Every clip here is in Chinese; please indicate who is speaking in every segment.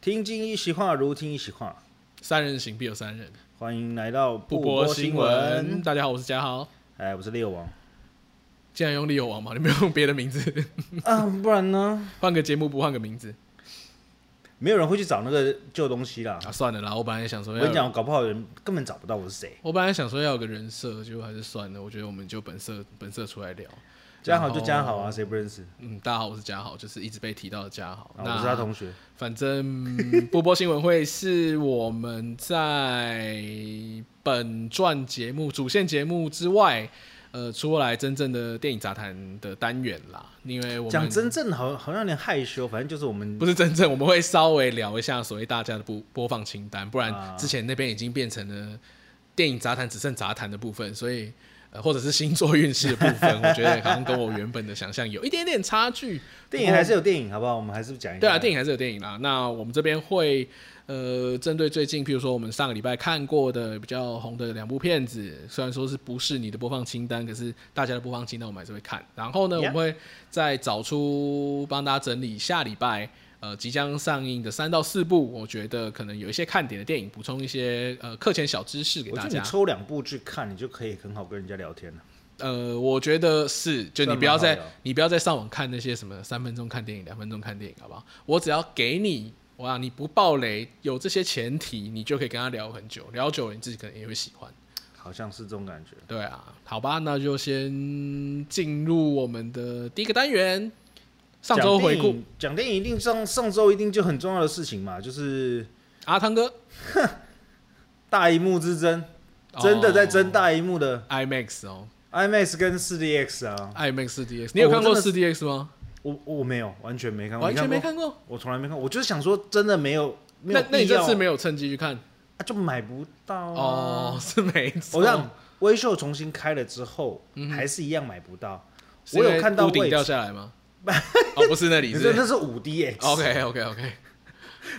Speaker 1: 听经一席话，如听一席话。
Speaker 2: 三人行必有三人，
Speaker 1: 欢迎来到
Speaker 2: 不
Speaker 1: 播
Speaker 2: 播新闻。
Speaker 1: 闻。
Speaker 2: 大家好，我是嘉豪。
Speaker 1: 哎，我是猎王
Speaker 2: 竟然用利友王嘛，你没有用别的名字，
Speaker 1: 啊，不然呢？
Speaker 2: 换个节目不换个名字
Speaker 1: 没有人会去找那个旧东西啦。
Speaker 2: 啊？算了啦，我本来想说
Speaker 1: 我
Speaker 2: 要，
Speaker 1: 跟你讲，搞不好有人根本找不到我是谁。
Speaker 2: 我本来想说要有个人设，结果还是算了。我觉得我们就本色本色出来聊。
Speaker 1: 加好就
Speaker 2: 然后
Speaker 1: 加好啊，谁不认识？
Speaker 2: 嗯，大家好，我是嘉豪，就是一直被提到的嘉豪。
Speaker 1: 啊，
Speaker 2: 那
Speaker 1: 我是他同学。
Speaker 2: 反正波波新闻会是我们在本传节目主线节目之外，呃，出来真正的电影杂谈的单元啦。因为我
Speaker 1: 讲
Speaker 2: 们
Speaker 1: 真正好好像有点害羞，反正就是我们
Speaker 2: 不是真正，我们会稍微聊一下所谓大家的播播放清单，不然
Speaker 1: 啊
Speaker 2: 之前那边已经变成了电影杂谈只剩杂谈的部分，所以。呃，或者是星座运势的部分，我觉得好像跟我原本的想象有一点点差距。
Speaker 1: 电影还是有电影，好不好？我们还是讲一下。
Speaker 2: 对啊，电影还是有电影啦。那我们这边会呃，针对最近，譬如说我们上个礼拜看过的比较红的两部片子，虽然说是不是你的播放清单，可是大家的播放清单我们还是会看。然后呢
Speaker 1: Yeah
Speaker 2: 我们会再找出帮大家整理下礼拜。呃，即将上映的三到四部，我觉得可能有一些看点的电影，补充一些呃课前小知识给
Speaker 1: 我
Speaker 2: 大
Speaker 1: 觉得
Speaker 2: 家
Speaker 1: 你。抽两部去看，你就可以很好跟人家聊天了。
Speaker 2: 呃，我觉得是，就你
Speaker 1: 算
Speaker 2: 不要
Speaker 1: 蛮好
Speaker 2: 再
Speaker 1: 的哦
Speaker 2: 你不要再上网看那些什么三分钟看电影、两分钟看电影，好不好？我只要给你哇，你不爆雷，有这些前提，你就可以跟他聊很久，聊久了你自己可能也会喜欢。
Speaker 1: 好像是这种感觉。
Speaker 2: 对啊，好吧，那就先进入我们的第一个单元，上周回
Speaker 1: 讲电
Speaker 2: 顾
Speaker 1: 影，讲电影一定上上周一定就很重要的事情嘛，就是
Speaker 2: 阿啊汤哥
Speaker 1: 大荧幕之争，真的在争大荧幕的、
Speaker 2: 哦 IMAX 哦
Speaker 1: IMAX 跟四 DX 啊，
Speaker 2: ，IMAX 4DX，你有看过
Speaker 1: 我真
Speaker 2: 4DX 吗？
Speaker 1: 我我没有完全没看过，
Speaker 2: 完全
Speaker 1: 你
Speaker 2: 没
Speaker 1: 过，
Speaker 2: 看过。
Speaker 1: 哦我从来没看过，我就是想说真的没有没有
Speaker 2: 那那你
Speaker 1: 必
Speaker 2: 这
Speaker 1: 要
Speaker 2: 次没有趁机去看
Speaker 1: 啊就买不到啊
Speaker 2: 哦，，是没错。
Speaker 1: 我让微秀重新开了之后，还是一样买不到，
Speaker 2: 嗯是
Speaker 1: 我
Speaker 2: 因为
Speaker 1: 有看到
Speaker 2: 屋顶
Speaker 1: 位
Speaker 2: 掉
Speaker 1: 置，
Speaker 2: 下 来吗？哦，不是那里
Speaker 1: 你
Speaker 2: 是
Speaker 1: 这那是五 DX，
Speaker 2: OK OK OK，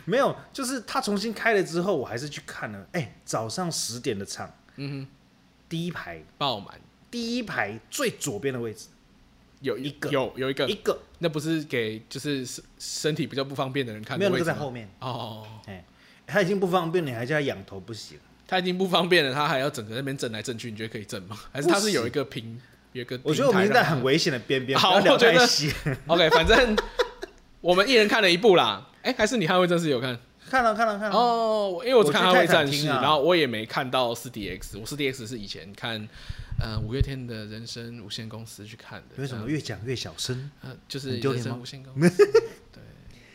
Speaker 1: 没有，就是他重新开了之后，我还是去看了，哎、早上十点的场，
Speaker 2: 嗯
Speaker 1: 第一排。
Speaker 2: 哼，爆满
Speaker 1: 第一排最左边的位置，
Speaker 2: 有
Speaker 1: 一个
Speaker 2: 有有一个
Speaker 1: 一，个
Speaker 2: 那不是给就是身身体比较不方便的人看
Speaker 1: 没
Speaker 2: 的
Speaker 1: 有那
Speaker 2: 位
Speaker 1: 个
Speaker 2: 置
Speaker 1: 在
Speaker 2: 吗
Speaker 1: 后面，
Speaker 2: 哦，
Speaker 1: 哎，他已经不方便了，你还叫他仰头不行。
Speaker 2: 他已经不方便了，他还要整在那边震来震去，你觉得可 以震吗？还是他是有一个平有一个平台让他？
Speaker 1: 我觉得我们现在很危险的边边，不
Speaker 2: 好
Speaker 1: 要聊
Speaker 2: 我觉得
Speaker 1: 太细。
Speaker 2: OK，反正我们一人看了一部啦。 哎，还是你捍卫战士有看
Speaker 1: 看了看了看了，
Speaker 2: 哦？因为我只看
Speaker 1: 嗯我
Speaker 2: 捍
Speaker 1: 去
Speaker 2: 卫
Speaker 1: 泰坦
Speaker 2: 战士，
Speaker 1: 厅啊
Speaker 2: 然后我也没看到四 DX，我四 DX 是以前看呃五月天的人生无限公司去看的。
Speaker 1: 为什么越讲越小声？
Speaker 2: 呃，就是
Speaker 1: 很丢
Speaker 2: 人
Speaker 1: 脸吗
Speaker 2: 生 无限公司，哎对，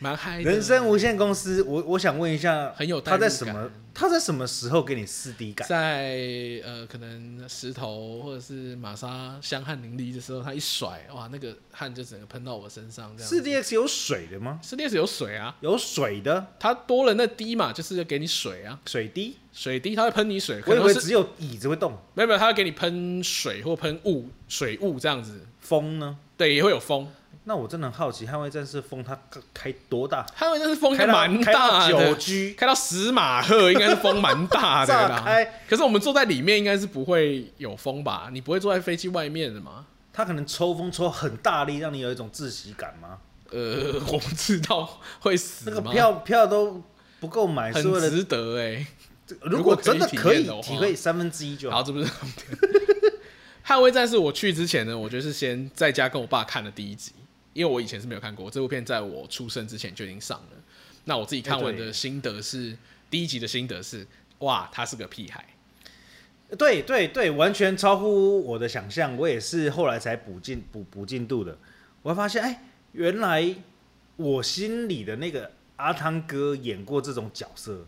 Speaker 2: 蛮嗨的。
Speaker 1: 人生无限公司，我我想问一下，
Speaker 2: 很有代入
Speaker 1: 他
Speaker 2: 感
Speaker 1: 在什么？他在什么时候给你四 D 感？
Speaker 2: 在呃，可能石头或者是玛莎香汗淋漓的时候，它一甩，哇，那个汗就整个喷到我身上，这样
Speaker 1: 四
Speaker 2: 子。
Speaker 1: D X 有水的吗？
Speaker 2: 四 D 是有水啊，
Speaker 1: 有水的
Speaker 2: 它多了那滴嘛，就是给你水啊，
Speaker 1: 水滴，
Speaker 2: 水滴它会喷你水，可
Speaker 1: 我以
Speaker 2: 能
Speaker 1: 为
Speaker 2: 是
Speaker 1: 只有椅子会动，
Speaker 2: 没有没有，它会给你喷水或喷雾，水雾这样子，
Speaker 1: 风呢？
Speaker 2: 对，也会有风，
Speaker 1: 那我真的很好奇，捍卫战士风它开多大？
Speaker 2: 它会就是风应
Speaker 1: 开
Speaker 2: 该
Speaker 1: 到
Speaker 2: 蛮
Speaker 1: 开
Speaker 2: 大
Speaker 1: 到九
Speaker 2: 的。
Speaker 1: G，
Speaker 2: 开到十马赫应该是风蛮大的
Speaker 1: 炸
Speaker 2: 啦
Speaker 1: 开，
Speaker 2: 可是我们坐在里面应该是不会有风吧？你不会坐在飞机外面的嘛？
Speaker 1: 它可能抽风抽很大力，让你有一种窒息感吗？
Speaker 2: 呃， 我不知道会死
Speaker 1: 那个
Speaker 2: 吗？
Speaker 1: 票票都不够买，
Speaker 2: 很
Speaker 1: 是为了
Speaker 2: 值得哎、
Speaker 1: 这
Speaker 2: 如
Speaker 1: 如
Speaker 2: 果
Speaker 1: 果
Speaker 2: 可以
Speaker 1: 真的可
Speaker 2: 体验
Speaker 1: 以
Speaker 2: 的话
Speaker 1: 体会三分之一就
Speaker 2: 好，
Speaker 1: 好。
Speaker 2: 这不是重点。捍卫战士，我去之前呢，我就是先在家跟我爸看了第一集，因为我以前是没有看过这部片，在我出生之前就已经上了。那我自己看完
Speaker 1: 哎对
Speaker 2: 的心得是，第一集的心得是，哇，他是个屁孩。
Speaker 1: 对对对，完全超乎我的想象，我也是后来才补进补补进度的。我还发现，哎，原来我心里的那个阿汤哥演过这种角色，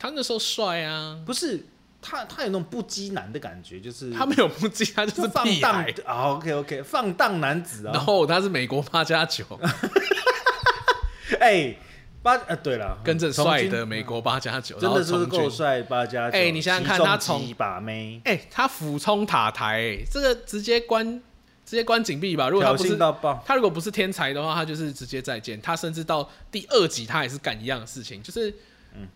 Speaker 2: 他那时候帅啊，
Speaker 1: 不是他他有那种不羁男的感觉，就是
Speaker 2: 他没有不羁，他就是
Speaker 1: 就放
Speaker 2: 屁
Speaker 1: 荡
Speaker 2: 孩。
Speaker 1: 啊，OK OK，放荡男子
Speaker 2: 然
Speaker 1: 啊，
Speaker 2: 后他是美国八 加九，
Speaker 1: 哎八呃对了，
Speaker 2: 跟着帅的
Speaker 1: 从军
Speaker 2: 美国八加九，
Speaker 1: 嗯真的是
Speaker 2: 然后从军
Speaker 1: 够帅八加九，
Speaker 2: 哎你想想看
Speaker 1: 起重
Speaker 2: 他从
Speaker 1: 机把妹。
Speaker 2: 哎、他俯冲塔台、哎这个直接关直接关紧闭吧。如果他不
Speaker 1: 挑衅
Speaker 2: 是
Speaker 1: 到爆，
Speaker 2: 他如果不是天才的话，他就是直接再见。他甚至到第二集，他也是干一样的事情，就是嗯，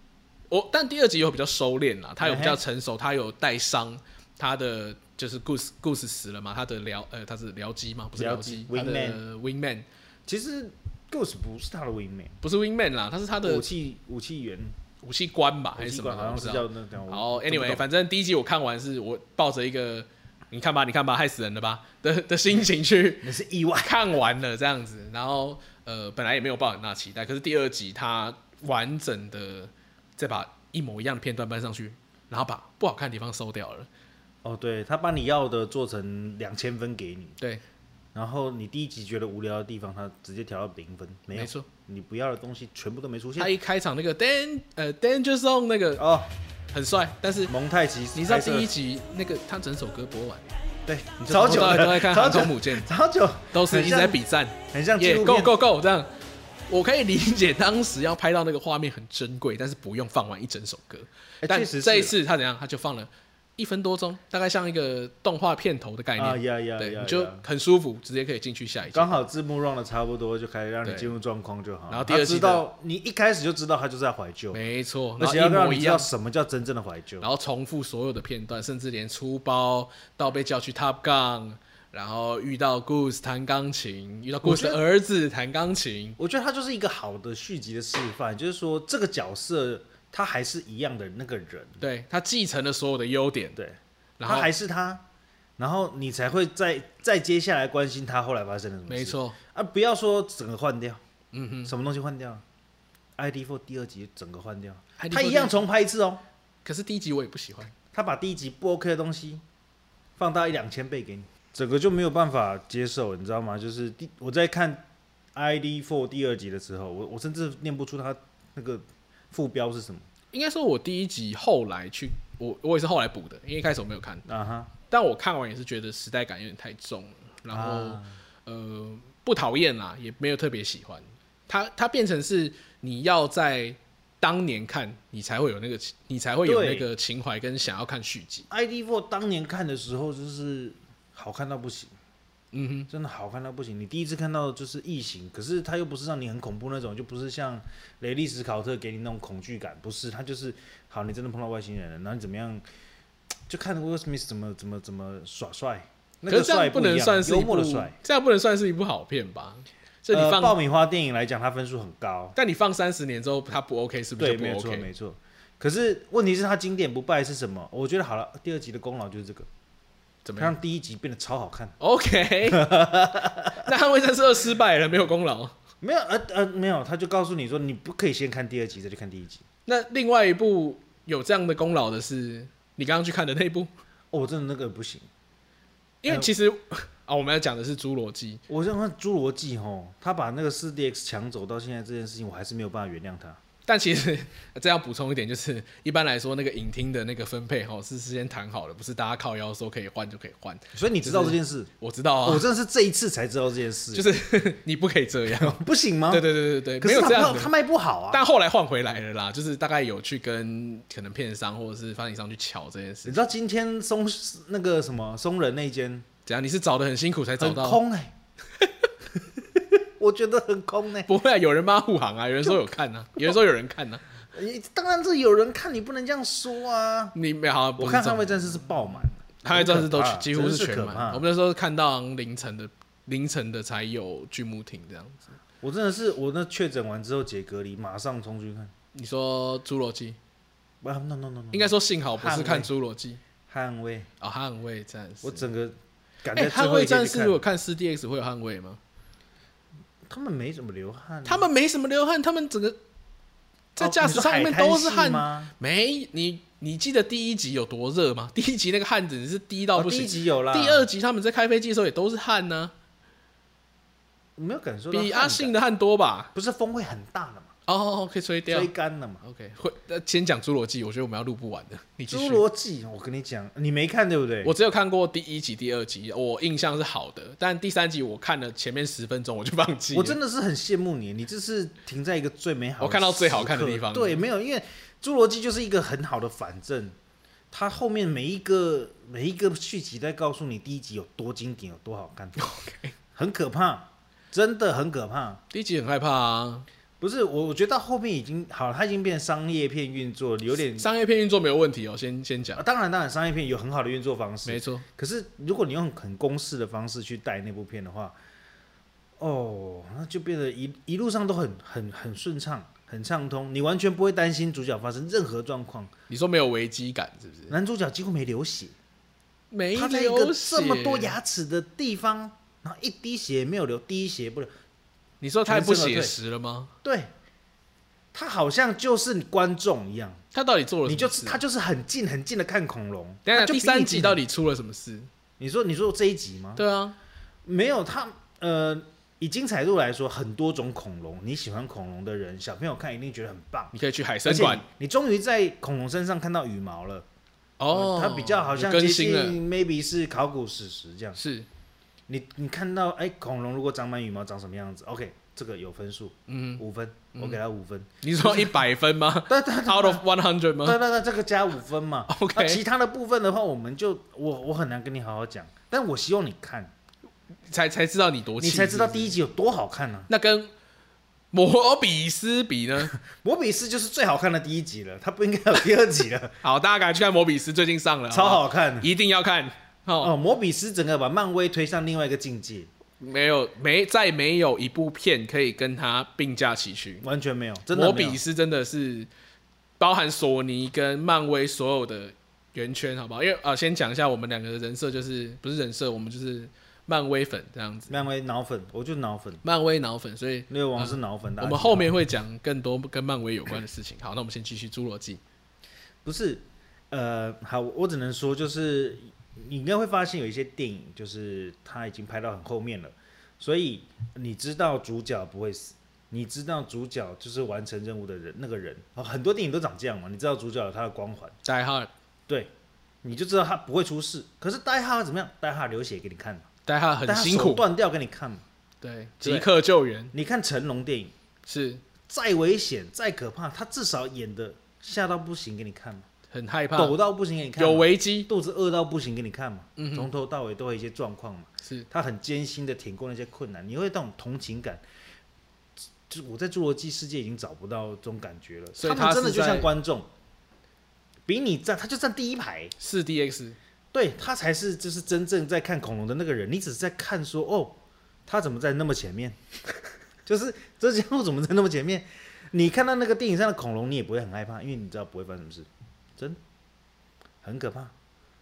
Speaker 2: 我但第二集有比较收敛啦，他有比
Speaker 1: 哎
Speaker 2: 较成熟，他有带伤，他的就是故事故事死了嘛，他的僚呃他是僚机嘛，不是僚
Speaker 1: 僚
Speaker 2: 机
Speaker 1: 机，
Speaker 2: 他的 wingman，
Speaker 1: 其实 Ghost 不是他的 Wingman，
Speaker 2: 不是 Wingman 啦，他是他
Speaker 1: 武
Speaker 2: 的
Speaker 1: 器武器员，
Speaker 2: 武器官吧，
Speaker 1: 武
Speaker 2: 还是
Speaker 1: 器
Speaker 2: 什么
Speaker 1: 馆
Speaker 2: 的？
Speaker 1: 好像
Speaker 2: 我不
Speaker 1: 是
Speaker 2: 知道
Speaker 1: 叫那叫。
Speaker 2: 好
Speaker 1: 我不
Speaker 2: ，Anyway，
Speaker 1: 懂
Speaker 2: 反正第一集我看完是我抱着一个你看吧，你看吧，害死人了吧 的的心 情去
Speaker 1: 那是意外，
Speaker 2: 看完了这样子，然后呃，本来也没有抱很大期待，可是第二集它完整的再把一模一样的片段搬上去，然后把不好看的地方收掉了。
Speaker 1: 哦，对他把你要的做成两千分给你，
Speaker 2: 对，
Speaker 1: 然后你第一集觉得无聊的地方，他直接调到零分，没有，
Speaker 2: 没错，
Speaker 1: 你不要的东西全部都没出现
Speaker 2: 他。一开场那个 Dan 呃 Danger Zone 那个
Speaker 1: 哦，
Speaker 2: 很帅，但是
Speaker 1: 蒙太奇拍摄，
Speaker 2: 你知道第一集那个他整首歌播完，
Speaker 1: 对，
Speaker 2: 你就
Speaker 1: 早
Speaker 2: 从头
Speaker 1: 久
Speaker 2: 到尾
Speaker 1: 了
Speaker 2: 都在看
Speaker 1: 早
Speaker 2: 航
Speaker 1: 久
Speaker 2: 空母舰，
Speaker 1: 早久
Speaker 2: 都是一直在，比战。
Speaker 1: 很像很像纪
Speaker 2: 耶
Speaker 1: 录
Speaker 2: ，Go
Speaker 1: 片
Speaker 2: Go Go 这样，我可以理解当时要拍到那个画面很珍贵，但是不用放完一整首歌。
Speaker 1: 哎
Speaker 2: 但
Speaker 1: 确实是
Speaker 2: 这一次他怎样，他就放了一分多钟，大概像一个动画片头的概
Speaker 1: 啊
Speaker 2: 念，
Speaker 1: 呀呀
Speaker 2: 对，
Speaker 1: 呀，
Speaker 2: 你就
Speaker 1: 呀
Speaker 2: 很舒服，直接可以进去下一集。
Speaker 1: 刚好字幕 run 的差不多，就开始让你
Speaker 2: 对
Speaker 1: 进入状况就好。
Speaker 2: 然后第二
Speaker 1: 他
Speaker 2: 季
Speaker 1: 知道你一开始就知道他就是在怀旧，
Speaker 2: 没错，
Speaker 1: 而
Speaker 2: 然后
Speaker 1: 且
Speaker 2: 一
Speaker 1: 要让
Speaker 2: 模
Speaker 1: 你
Speaker 2: 一
Speaker 1: 知道
Speaker 2: 样，
Speaker 1: 什么叫真正的怀旧。
Speaker 2: 然后重复所有的片段，甚至连出包到被叫去 Top Gun，然后遇到 Goose 弹钢琴，遇到
Speaker 1: 我
Speaker 2: Goose
Speaker 1: 觉得
Speaker 2: 的儿子弹钢琴，
Speaker 1: 我觉得他就是一个好的续集的示范，就是说这个角色他还是一样的那个人，
Speaker 2: 对他继承了所有的优点，
Speaker 1: 对，
Speaker 2: 然
Speaker 1: 他
Speaker 2: 后
Speaker 1: 还是他，然后你才会再再接下来关心他后来发生了什么事。
Speaker 2: 没错，
Speaker 1: 啊，不要说整个换掉，
Speaker 2: 嗯哼。
Speaker 1: 什么东西换掉了？ID Four 第二集整个换掉，
Speaker 2: ID4
Speaker 1: 他一样重拍一次哦。
Speaker 2: 可是第一集我也不喜欢，
Speaker 1: 他把第一集不 OK 的东西放大一两千倍给你，整个就没有办法接受，你知道吗？就是第我在看 ID Four 第二集的时候，我我甚至念不出他那个副标是什么
Speaker 2: 应该说我第一集后来去，我我也是后来补的，因为一开始我没有看，
Speaker 1: 啊哈。
Speaker 2: 但我看完也是觉得时代感有点太重了，然后、
Speaker 1: 啊
Speaker 2: 呃不讨厌啦，也没有特别喜欢，它它变成是你要在当年看，你才会有那个情你才会有
Speaker 1: 对
Speaker 2: 那个情怀跟想要看续集，
Speaker 1: ID Four 当年看的时候就是好看到不行，
Speaker 2: 嗯哼。
Speaker 1: 真的好看到不行。你第一次看到的就是异形，可是它又不是让你很恐怖那种，就不是像雷利史考特给你那种恐惧感，不是，它就是好，你真的碰到外星人了，然后你怎么样，就看 Will Smith 怎么怎么怎么耍帅，那
Speaker 2: 可
Speaker 1: 个
Speaker 2: 是这样
Speaker 1: 帅
Speaker 2: 不
Speaker 1: 一
Speaker 2: 能
Speaker 1: 样
Speaker 2: 算是
Speaker 1: 幽
Speaker 2: 一部
Speaker 1: 默的帅。，
Speaker 2: 这样不能算是一部好片吧？这你
Speaker 1: 呃
Speaker 2: 放，
Speaker 1: 爆米花电影来讲，它分数很高，
Speaker 2: 但你放三十年之后，它不 OK 是不是
Speaker 1: 对，
Speaker 2: 就不
Speaker 1: 没
Speaker 2: OK？
Speaker 1: 错没错。可是问题是，它经典不败是什么？我觉得好了，第二集的功劳就是这个，
Speaker 2: 怎么
Speaker 1: 它
Speaker 2: 样？
Speaker 1: 让第一集变得超好看。
Speaker 2: OK，那捍卫战士二失败了，没有功劳。
Speaker 1: 没有，呃呃，没有，他就告诉你说，你不可以先看第二集再去看第一集。
Speaker 2: 那另外一部有这样的功劳的是你刚刚去看的那一部，
Speaker 1: 哦，我真的那个不行。
Speaker 2: 因
Speaker 1: 哎
Speaker 2: 为其实 啊、我们要讲的是《侏罗纪
Speaker 1: 我认为《侏罗纪》吼，他把那个四 D X 抢走到现在这件事情，我还是没有办法原谅他。》，
Speaker 2: 但其实 这要补充一点，就是一般来说那个影厅的那个分配哈是事先谈好的，不是大家靠腰说可以换就可以换。
Speaker 1: 所以你知道这件事，
Speaker 2: 我知道
Speaker 1: 我
Speaker 2: 啊，
Speaker 1: 真的是这一次才知道这件事，
Speaker 2: 就是 你不可以这样。
Speaker 1: 不行吗？
Speaker 2: 对对对对对，
Speaker 1: 啊可
Speaker 2: 没有
Speaker 1: 是他
Speaker 2: 这样
Speaker 1: 票
Speaker 2: 的
Speaker 1: 他。卖不好啊。
Speaker 2: 但后来换回来了啦，就是大概有去跟可能片商或者是发行商去瞧这件
Speaker 1: 你
Speaker 2: 事。
Speaker 1: 知道今天松那个什么松仁那间
Speaker 2: 怎样？你是找的很辛苦才找
Speaker 1: 很
Speaker 2: 到？
Speaker 1: 空哎、 我觉得很空哎、
Speaker 2: 不会、啊，有人帮他护航啊，有人说有看啊，有人说有人看啊。
Speaker 1: 你当然这有人看，你不能这样说啊。
Speaker 2: 你没好，不
Speaker 1: 我
Speaker 2: 是
Speaker 1: 看《捍
Speaker 2: 这样
Speaker 1: 卫战士》是爆满，
Speaker 2: 捍卫战士都
Speaker 1: 很可怕
Speaker 2: 几乎
Speaker 1: 真
Speaker 2: 是
Speaker 1: 是啊
Speaker 2: 全
Speaker 1: 可怕
Speaker 2: 满。我们那时候看到凌晨的凌晨的才有剧目厅这样子。
Speaker 1: 我真的是，我那确诊完之后解隔离，马上冲去看。
Speaker 2: 你说侏罗纪，
Speaker 1: 哇，no no no no，
Speaker 2: 应该说幸好不是看
Speaker 1: 捍
Speaker 2: 侏罗纪
Speaker 1: 捍卫，
Speaker 2: 啊，捍卫战士。
Speaker 1: 我整个赶
Speaker 2: 哎、
Speaker 1: 在最
Speaker 2: 捍
Speaker 1: 后一
Speaker 2: 卫
Speaker 1: 天
Speaker 2: 战
Speaker 1: 去
Speaker 2: 士
Speaker 1: 看
Speaker 2: 如果看四 DX 会有捍卫吗？
Speaker 1: 他们没怎么流汗啊，
Speaker 2: 他们没什么流汗，他们整个在
Speaker 1: 哦
Speaker 2: 驾驶舱里面
Speaker 1: 你说海
Speaker 2: 都
Speaker 1: 滩
Speaker 2: 是
Speaker 1: 戏
Speaker 2: 汗
Speaker 1: 吗？
Speaker 2: 没你，你记得第一集有多热吗？第一集那个汗只是滴到
Speaker 1: 哦，
Speaker 2: 不
Speaker 1: 第
Speaker 2: 行。
Speaker 1: 一集有啦，
Speaker 2: 第二集他们在开飞机的时候也都是汗啊呢、
Speaker 1: 没有感受到
Speaker 2: 比
Speaker 1: 汗
Speaker 2: 阿
Speaker 1: 感
Speaker 2: 信的汗多吧？
Speaker 1: 不是风会很大的嘛，
Speaker 2: 哦，可以吹掉
Speaker 1: 吹。干了嘛。
Speaker 2: OK，会呃先讲侏罗纪，我觉得我们要录不完的。你继
Speaker 1: 侏
Speaker 2: 续。
Speaker 1: 罗纪，我跟你讲，你没看对不对？
Speaker 2: 我只有看过第一集、第二集，我印象是好的，但第三集我看了前面十分钟我就放弃了。
Speaker 1: 我真的是很羡慕你，你这是停在一个最美好的时刻，
Speaker 2: 我看到最好看的地方
Speaker 1: 对，没有，因为侏罗纪就是一个很好的反证，它后面每一个每一个续集在告诉你第一集有多经典，有多好看
Speaker 2: OK，
Speaker 1: 很可怕，真的很可怕。
Speaker 2: 第一集很害怕啊，
Speaker 1: 不是我，我觉得到后面已经好了，它已经变商业片运作了，有点。
Speaker 2: 商业片运作没有问题哦。先先
Speaker 1: 啊
Speaker 2: 讲，
Speaker 1: 当然，当然，商业片有很好的运作方式
Speaker 2: 没，错，
Speaker 1: 可是如果你用很公式的方式去带那部片的话，哦，那就变得一一路上都很很很顺畅，很畅通，你完全不会担心主角发生任何状况。
Speaker 2: 你说没有危机感是不是？
Speaker 1: 男主角几乎没流血，
Speaker 2: 没
Speaker 1: 他在一个
Speaker 2: 流血
Speaker 1: 这么多，牙齿的地方，然后一滴血也没有流，滴血不流。
Speaker 2: 你说太不
Speaker 1: 全身而
Speaker 2: 写
Speaker 1: 退
Speaker 2: 实了吗？
Speaker 1: 对，他好像就是观众一样，
Speaker 2: 他到底做了什
Speaker 1: 你
Speaker 2: 么
Speaker 1: 就
Speaker 2: 事
Speaker 1: 他就是很近很近的看恐龙。
Speaker 2: 等一下
Speaker 1: 他就
Speaker 2: 第
Speaker 1: 比
Speaker 2: 三
Speaker 1: 你
Speaker 2: 集
Speaker 1: 近
Speaker 2: 到底出了什么事？
Speaker 1: 你说你说这一集吗？
Speaker 2: 对啊，
Speaker 1: 没有，他呃，以精彩度来说，很多种恐龙，你喜欢恐龙的人，小朋友看一定觉得很棒。
Speaker 2: 你可以去海
Speaker 1: 而
Speaker 2: 参
Speaker 1: 且
Speaker 2: 馆
Speaker 1: 你你终于在恐龙身上看到羽毛了，
Speaker 2: 哦，
Speaker 1: 它比较好像
Speaker 2: 有
Speaker 1: 接
Speaker 2: 更新了，
Speaker 1: 近 maybe 是考古史实这样。
Speaker 2: 是
Speaker 1: 你你看到哎、恐龙如果长满羽毛长什么样子？OK，这个有分数，
Speaker 2: 嗯，
Speaker 1: 五分，我给它五分。
Speaker 2: 你说一百 分吗
Speaker 1: 但但
Speaker 2: ？Out of one hundred
Speaker 1: 对
Speaker 2: 吗？
Speaker 1: 对对，这个加五分嘛。
Speaker 2: OK
Speaker 1: 那其他的部分的话，我们就我我很难跟你好好讲，但我希望你看，
Speaker 2: 才才知道你多气，
Speaker 1: 你才知道第
Speaker 2: 一。
Speaker 1: 一集有多好看呢、
Speaker 2: 那跟摩比斯 比呢？
Speaker 1: 摩比斯就是最好看的第一集了，它不应该有第二集 了，
Speaker 2: 好，大家赶快去看摩比斯，最近上了，
Speaker 1: 超
Speaker 2: 好
Speaker 1: 好看
Speaker 2: 不好，。一定要看。哦，
Speaker 1: 哦，摩比斯整个把漫威推向另外一个境界，
Speaker 2: 没有没再没有一部片可以跟它并驾齐驱。
Speaker 1: 完全没有，真
Speaker 2: 摩
Speaker 1: 的没有
Speaker 2: 比。斯真的是包含索尼跟漫威所有的圆圈，好不好？因为啊、呃先讲一下我们两个的人设，就是不是人设，我们就是漫威粉这样子，
Speaker 1: 漫威脑粉，我就是脑粉，
Speaker 2: 漫威脑粉，所以
Speaker 1: 那个王是脑粉的。
Speaker 2: 嗯我们后面会讲更多跟漫威有关的事情。好，那我们先继续《侏罗纪》。
Speaker 1: 不是，呃，好，我只能说就是你应该会发现有一些电影，就是它已经拍到很后面了，所以你知道主角不会死，你知道主角就是完成任务的人那个人，哦，很多电影都长这样嘛，你知道主角有他的光环，
Speaker 2: Die Hard。
Speaker 1: 对，你就知道他不会出事。可是戴哈怎么样？戴哈流血给你看嘛，
Speaker 2: Die Hard 很
Speaker 1: 戴哈
Speaker 2: 辛
Speaker 1: 手
Speaker 2: 苦，
Speaker 1: 断掉给你看嘛。
Speaker 2: 对，
Speaker 1: 对
Speaker 2: 即刻救援
Speaker 1: 你看成龙电影，
Speaker 2: 是
Speaker 1: 再危险再可怕，他至少演的吓到不行给你看嘛，
Speaker 2: 很害怕，
Speaker 1: 抖到不行给你看嘛，啊
Speaker 2: 有危机
Speaker 1: 肚子饿到不行给你看嘛，
Speaker 2: 嗯哼
Speaker 1: 从头到尾都有一些状况嘛，
Speaker 2: 是
Speaker 1: 他很艰辛的挺过那些困难，你会有那种同情感。就我在侏罗纪世界已经找不到这种感觉了，
Speaker 2: 所以
Speaker 1: 他
Speaker 2: 他
Speaker 1: 们真的
Speaker 2: 是
Speaker 1: 就像
Speaker 2: 在
Speaker 1: 观众，比你站，他就站第一排，
Speaker 2: 四 DX
Speaker 1: 对他才是就是真正在看恐龙的那个人，你只是在看说哦，他怎么在那么前面， 就是这家伙怎么在那么前面？你看到那个电影上的恐龙，你也不会很害怕，因为你知道不会发生什么事，真很可怕。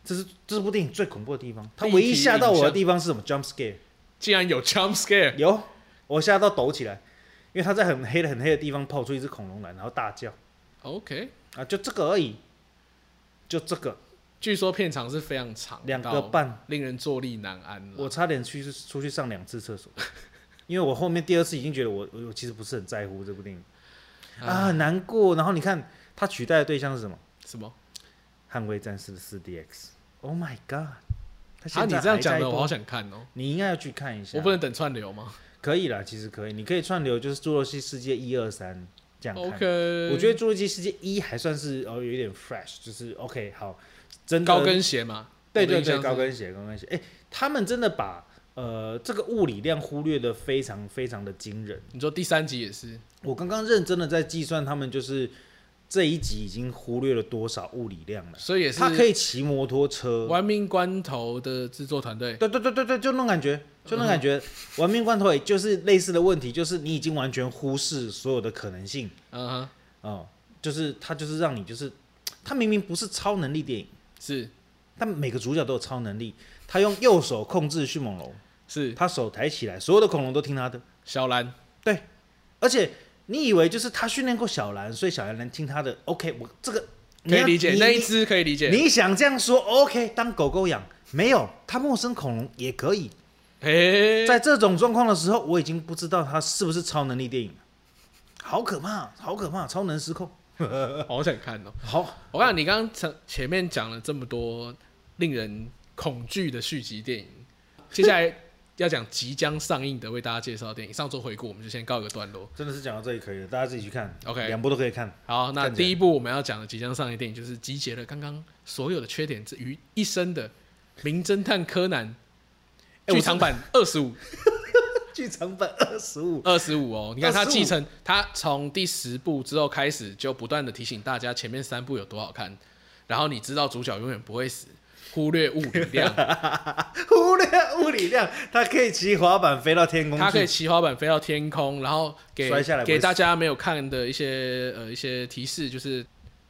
Speaker 1: 这是这部电影最恐怖的地方，它唯一吓到我的地方是什么？Jump scare，
Speaker 2: 竟然有 jump scare，
Speaker 1: 有我吓到抖起来，因为他在很黑的很黑的地方跑出一只恐龙来，然后大叫
Speaker 2: OK，
Speaker 1: 啊，就这个而已，就这个
Speaker 2: 据说片长是非常长，
Speaker 1: 两个，半，
Speaker 2: 令人坐立难安了。
Speaker 1: 我差点去出去上两次厕所，因为我后面第二次已经觉得我我我其实不是很在乎这部电影
Speaker 2: 嗯
Speaker 1: 啊，很难过。然后你看他取代的对象是什么？
Speaker 2: 什么？
Speaker 1: 捍卫战士的四 DX。Oh my god！他
Speaker 2: 啊，
Speaker 1: 现
Speaker 2: 你
Speaker 1: 在
Speaker 2: 这
Speaker 1: 还
Speaker 2: 样
Speaker 1: 在
Speaker 2: 讲的，我
Speaker 1: 播
Speaker 2: 好想看哦。
Speaker 1: 你应该要去看一下。
Speaker 2: 我不能等串流吗
Speaker 1: 可以啦，其实可以，你可以串流，就是《侏罗纪世界》一二三这样看。
Speaker 2: ？OK，
Speaker 1: 我觉得《侏罗纪世界》一还算是哦，有一点 fresh，就是 OK 好，真的
Speaker 2: 高跟鞋嘛，
Speaker 1: 对
Speaker 2: 我的
Speaker 1: 对
Speaker 2: 印象
Speaker 1: 对，
Speaker 2: 是
Speaker 1: 高跟鞋，高跟鞋。哎、他们真的把呃这个物理量忽略的非常非常的惊人。
Speaker 2: 你说第三集也是，
Speaker 1: 我刚刚认真的在计算，他们就是这一集已经忽略了多少物理量了。
Speaker 2: 所以也是
Speaker 1: 他可以骑摩托车，
Speaker 2: 玩命关头的制作团队，
Speaker 1: 对对对对对，就那种感觉，就那种感 觉。玩命关头也就是类似的问题，就是你已经完全忽视所有的可能性
Speaker 2: 嗯哼，
Speaker 1: 哦、就是他就是让你就是，他明明不是超能力电影，
Speaker 2: 是
Speaker 1: 但每个主角都有超能力。他用右手控制迅猛龙，
Speaker 2: 是
Speaker 1: 他手抬起来，所有的恐龙都听他的。
Speaker 2: 小兰，
Speaker 1: 对，而且你以为就是他训练过小兰，所以小兰能听他的。OK，我这个你
Speaker 2: 可以
Speaker 1: 要
Speaker 2: 理解
Speaker 1: 你
Speaker 2: 那一只可以理解，
Speaker 1: 你想这样说 OK，当狗狗养没有，他陌生恐龙也可以。
Speaker 2: 诶，
Speaker 1: 在这种状况的时候，我已经不知道它是不是超能力电影了，好可怕，好可怕，超能失控。
Speaker 2: 好想看哦。
Speaker 1: 好，
Speaker 2: 我看你刚刚前前面讲了这么多令人恐惧的续集电影，接下来要讲即将上映的为大家介绍的电影。上周回顾我们就先告一个段落。
Speaker 1: 真的是讲到这里可以了，大家自己去看
Speaker 2: OK
Speaker 1: 两部都可以看。
Speaker 2: 好，那
Speaker 1: 看起来
Speaker 2: 第一部我们要讲的即将上映的电影就是集结了刚刚所有的缺点之于一身的《名侦探柯南》
Speaker 1: 哎
Speaker 2: 剧
Speaker 1: 我
Speaker 2: 场版二十五
Speaker 1: 剧场版二十五，
Speaker 2: 二十五哦。你看他
Speaker 1: 25
Speaker 2: 继承他从第十部之后开始就不断的提醒大家前面三部有多好看，然后你知道主角永远不会死，忽略物理 量，
Speaker 1: 忽略物理量，他可以骑滑板飞到天空去，
Speaker 2: 它可以骑滑板飞到天空，然后给
Speaker 1: 摔下来不会
Speaker 2: 给大家没有看的一些呃一些提示，就是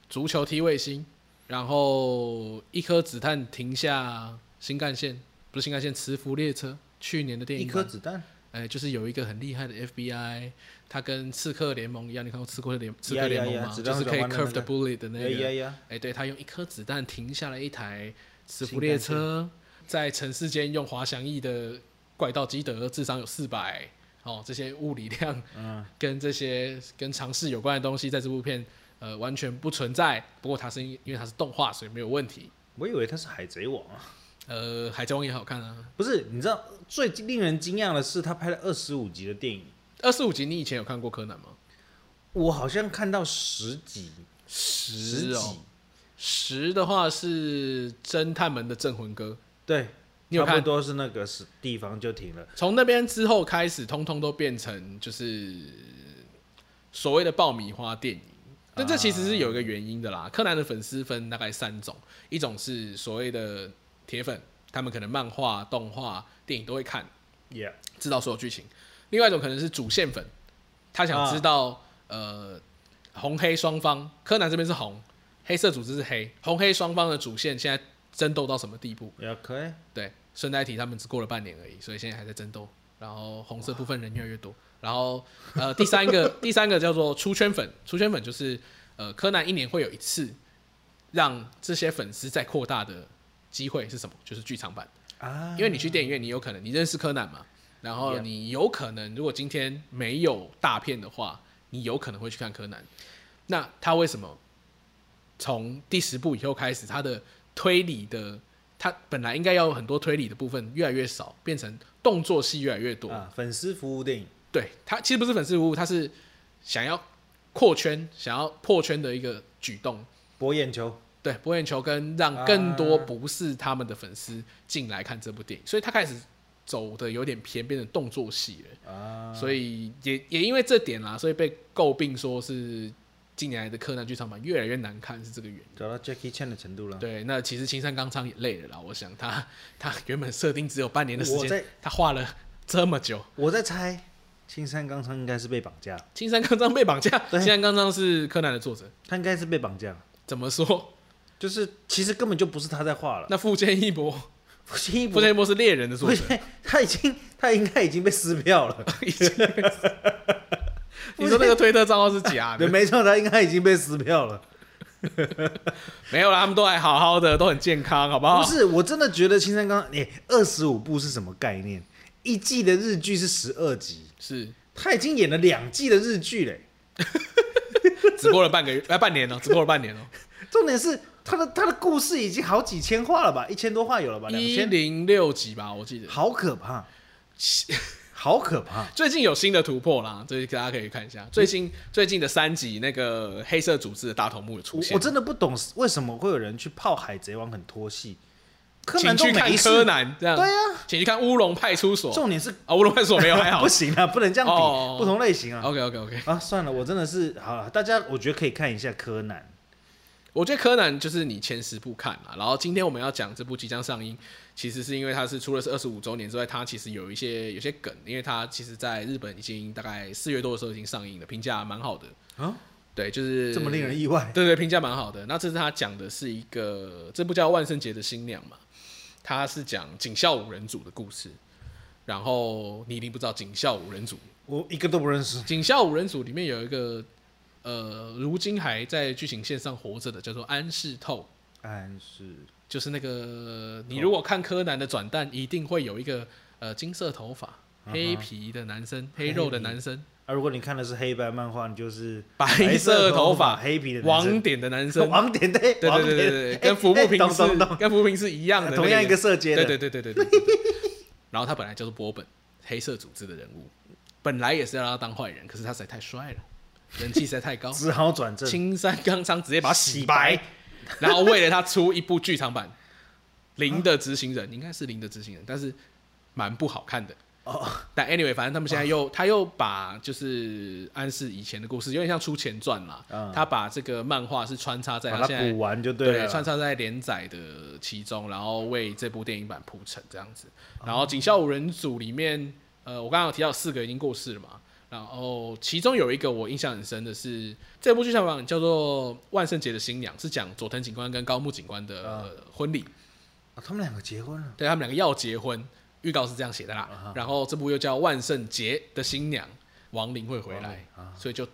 Speaker 2: 足球踢卫星，然后一颗子弹停下新干线，不是新干线，磁浮列车。去年的电
Speaker 1: 一
Speaker 2: 影
Speaker 1: 颗
Speaker 2: 版，
Speaker 1: 子弹，
Speaker 2: 哎、就是有一个很厉害的 FBI，他跟刺客联盟一样，你看过刺客联刺客
Speaker 1: 呀
Speaker 2: 联盟
Speaker 1: 呀
Speaker 2: 吗？
Speaker 1: 子
Speaker 2: 就
Speaker 1: 弹
Speaker 2: 是可以
Speaker 1: 转弯的那
Speaker 2: curve the
Speaker 1: 个
Speaker 2: bullet 的那
Speaker 1: 呀
Speaker 2: 个。
Speaker 1: 呀呀！
Speaker 2: 哎、对他用一颗子弹停下了一台磁浮
Speaker 1: 新
Speaker 2: 列
Speaker 1: 干线
Speaker 2: 车，在城市间用滑翔翼的怪盗基德智商有四百哦，这些物理量
Speaker 1: 嗯，
Speaker 2: 跟这些跟尝试有关的东西，在这部片呃完全不存在。不过它是因因为它是动画，所以没有问题。
Speaker 1: 我以为他是海贼王啊，
Speaker 2: 呃，海贼王也好看啊，
Speaker 1: 不是？你知道最令人惊讶的是，他拍了二十五集的电影，
Speaker 2: 二十五集你以前有看过柯南吗？
Speaker 1: 我好像看到十集，
Speaker 2: 十
Speaker 1: 十
Speaker 2: 哦
Speaker 1: 集，，
Speaker 2: 十的话是侦探们的镇魂歌，
Speaker 1: 对，
Speaker 2: 你有
Speaker 1: 差不
Speaker 2: 看？
Speaker 1: 多是那个是地方就停了。
Speaker 2: 从那边之后开始，通通都变成就是所谓的爆米花电影。但这其实是有一个原因的啦。柯南的粉丝分大概三种，一种是所谓的铁粉，他们可能漫画、动画、电影都会看，
Speaker 1: Yeah，
Speaker 2: 知道所有剧情；另外一种可能是主线粉，他想知道、呃红黑双方，柯南这边是红，黑色组织是黑，红黑双方的主线现在争斗到什么地步？
Speaker 1: 也可以。
Speaker 2: 对，顺带提他们只过了半年而已，所以现在还在争斗。然后红色部分人越来越多。然后呃，第三个第三个叫做出圈粉，出圈粉就是呃，柯南一年会有一次让这些粉丝再扩大的机会是什么？就是剧场版，
Speaker 1: 啊，
Speaker 2: 因为你去电影院，你有可能你认识柯南嘛，然后
Speaker 1: Yeah
Speaker 2: 你有可能如果今天没有大片的话，你有可能会去看柯南。那他为什么从第十部以后开始，他的推理的，他本来应该要有很多推理的部分越来越少，变成动作戏越来越多。
Speaker 1: 啊，粉丝服务电影，
Speaker 2: 对他其实不是粉丝服务，他是想要扩圈、想要破圈的一个举动。
Speaker 1: 博眼球，
Speaker 2: 对，博眼球跟
Speaker 1: 啊
Speaker 2: 让更多不是他们的粉丝进来看这部电影，所以他开始走的有点偏，变成动作戏了。
Speaker 1: 啊，
Speaker 2: 所以也也因为这点啦，所以被诟病说是近年来的柯南剧场版越来越难看，是这个原因。
Speaker 1: 走到 Jackie Chan 的程度了。
Speaker 2: 对，那其实青山刚昌也累了啦。我想他他原本设定只有半年的时
Speaker 1: 我
Speaker 2: 间
Speaker 1: 在，
Speaker 2: 他画了这么久。
Speaker 1: 我在猜，青山刚昌应该是被绑架，
Speaker 2: 青山刚昌被绑架，
Speaker 1: 对
Speaker 2: 青山刚昌是柯南的作者，
Speaker 1: 他应该是被绑架，
Speaker 2: 怎么说？
Speaker 1: 就是其实根本就不是他在画了。
Speaker 2: 那富坚义博，
Speaker 1: 福建一
Speaker 2: 富
Speaker 1: 博，
Speaker 2: 坚义博是猎人的作
Speaker 1: 福
Speaker 2: 者，
Speaker 1: 建他已经他应该已经被撕票了。
Speaker 2: 已经你说那个推特账号是 假
Speaker 1: 对，
Speaker 2: 的？
Speaker 1: 没错，他应该已经被撕票了。
Speaker 2: 没有啦，他们都还好好的，都很健康，好不好
Speaker 1: 不？是，我真的觉得青山刚，你二十五部是什么概念？一季的日剧是十二集，
Speaker 2: 是，
Speaker 1: 他已经演了两季的日剧嘞。
Speaker 2: 只过了半个月， 哎，半年了，只过了半年了，
Speaker 1: 重点是他的他的故事已经好几千话了吧，一千多话有了吧，两
Speaker 2: 一
Speaker 1: 千，
Speaker 2: 零六集吧，我记得。
Speaker 1: 好可怕，好可怕。
Speaker 2: 最近有新的突破啦，这大家可以看一下。最近最近的三集，那个黑色组织的大头目有出
Speaker 1: 我
Speaker 2: 现。
Speaker 1: 我真的不懂为什么会有人去泡海贼王很拖戏，柯南都
Speaker 2: 请去
Speaker 1: 没
Speaker 2: 看
Speaker 1: 事。
Speaker 2: 柯南这样，
Speaker 1: 对啊，
Speaker 2: 请去看乌龙派出所
Speaker 1: 重点是
Speaker 2: 啊，乌龙派出所没有还好
Speaker 1: 不。行啊，不能这样比，
Speaker 2: 哦
Speaker 1: 不同类型啊。
Speaker 2: OK OK OK，
Speaker 1: 啊，算了，我真的是好了，大家我觉得可以看一下柯南。
Speaker 2: 我觉得柯南就是你前十部看啦，然后今天我们要讲这部即将上映，其实是因为它是除了是二十五周年之外，它其实有一些有些梗，因为它其实在日本已经大概四月多的时候已经上映了，评价蛮好的。
Speaker 1: 啊，
Speaker 2: 对，就是
Speaker 1: 这么令人意外。
Speaker 2: 对对，评价蛮好的。那这是他讲的是一个，这部叫《万圣节的新娘》嘛，他是讲警校五人组的故事。然后你一定不知道警校五人组，
Speaker 1: 我一个都不认识。
Speaker 2: 警校五人组里面有一个呃，如今还在剧情线上活着的，叫做安室透，
Speaker 1: 安室
Speaker 2: 就是那个你如果看柯南的转蛋，一定会有一个呃金色头发、
Speaker 1: 嗯哼
Speaker 2: 黑皮的男生、黑肉的男生、
Speaker 1: 啊，如果你看的是黑白漫画，你就是
Speaker 2: 白色头
Speaker 1: 头
Speaker 2: 发、
Speaker 1: 黑皮的男生
Speaker 2: 网点的男生，
Speaker 1: 网点对
Speaker 2: 对
Speaker 1: 网
Speaker 2: 对
Speaker 1: 点
Speaker 2: 对对，对，
Speaker 1: 哎
Speaker 2: 跟服部
Speaker 1: 哎
Speaker 2: 平
Speaker 1: 懂
Speaker 2: 是
Speaker 1: 懂懂
Speaker 2: 跟服部平是一样的那个人，
Speaker 1: 同样一个色阶的，
Speaker 2: 对对对对对对对。对然后他本来就是波本，黑色组织的人物，本来也是要让他当坏人，可是他实在太帅了，人气实在太高
Speaker 1: 只好转正，
Speaker 2: 青山刚昌直接把他洗
Speaker 1: 白
Speaker 2: 白，然后为了他出一部剧场版《零的执行人》，应该是《零的执行人》，但是蛮不好看的。
Speaker 1: 哦，
Speaker 2: 但 anyway，反正他们现在又、他又把就是安室以前的故事，有点像出前传啦、
Speaker 1: 嗯
Speaker 2: 他把这个漫画是穿插在
Speaker 1: 把
Speaker 2: 他现
Speaker 1: 它
Speaker 2: 在
Speaker 1: 补完就
Speaker 2: 对
Speaker 1: 了。
Speaker 2: 穿插在连载的其中，然后为这部电影版铺陈这样子。然后《警校五人组》里面，呃，我刚刚有提到四个已经过世了嘛，然后其中有一个我印象很深的是这部剧场版叫做《万圣节的新娘》，是讲佐藤警官跟高木警官的、呃婚礼，
Speaker 1: 哦他们两个结婚了，
Speaker 2: 对他们两个要结婚，预告是这样写的啦。然后这部又叫《万圣节的新娘》，亡灵会回
Speaker 1: 亡
Speaker 2: 来
Speaker 1: 灵，啊
Speaker 2: 所以就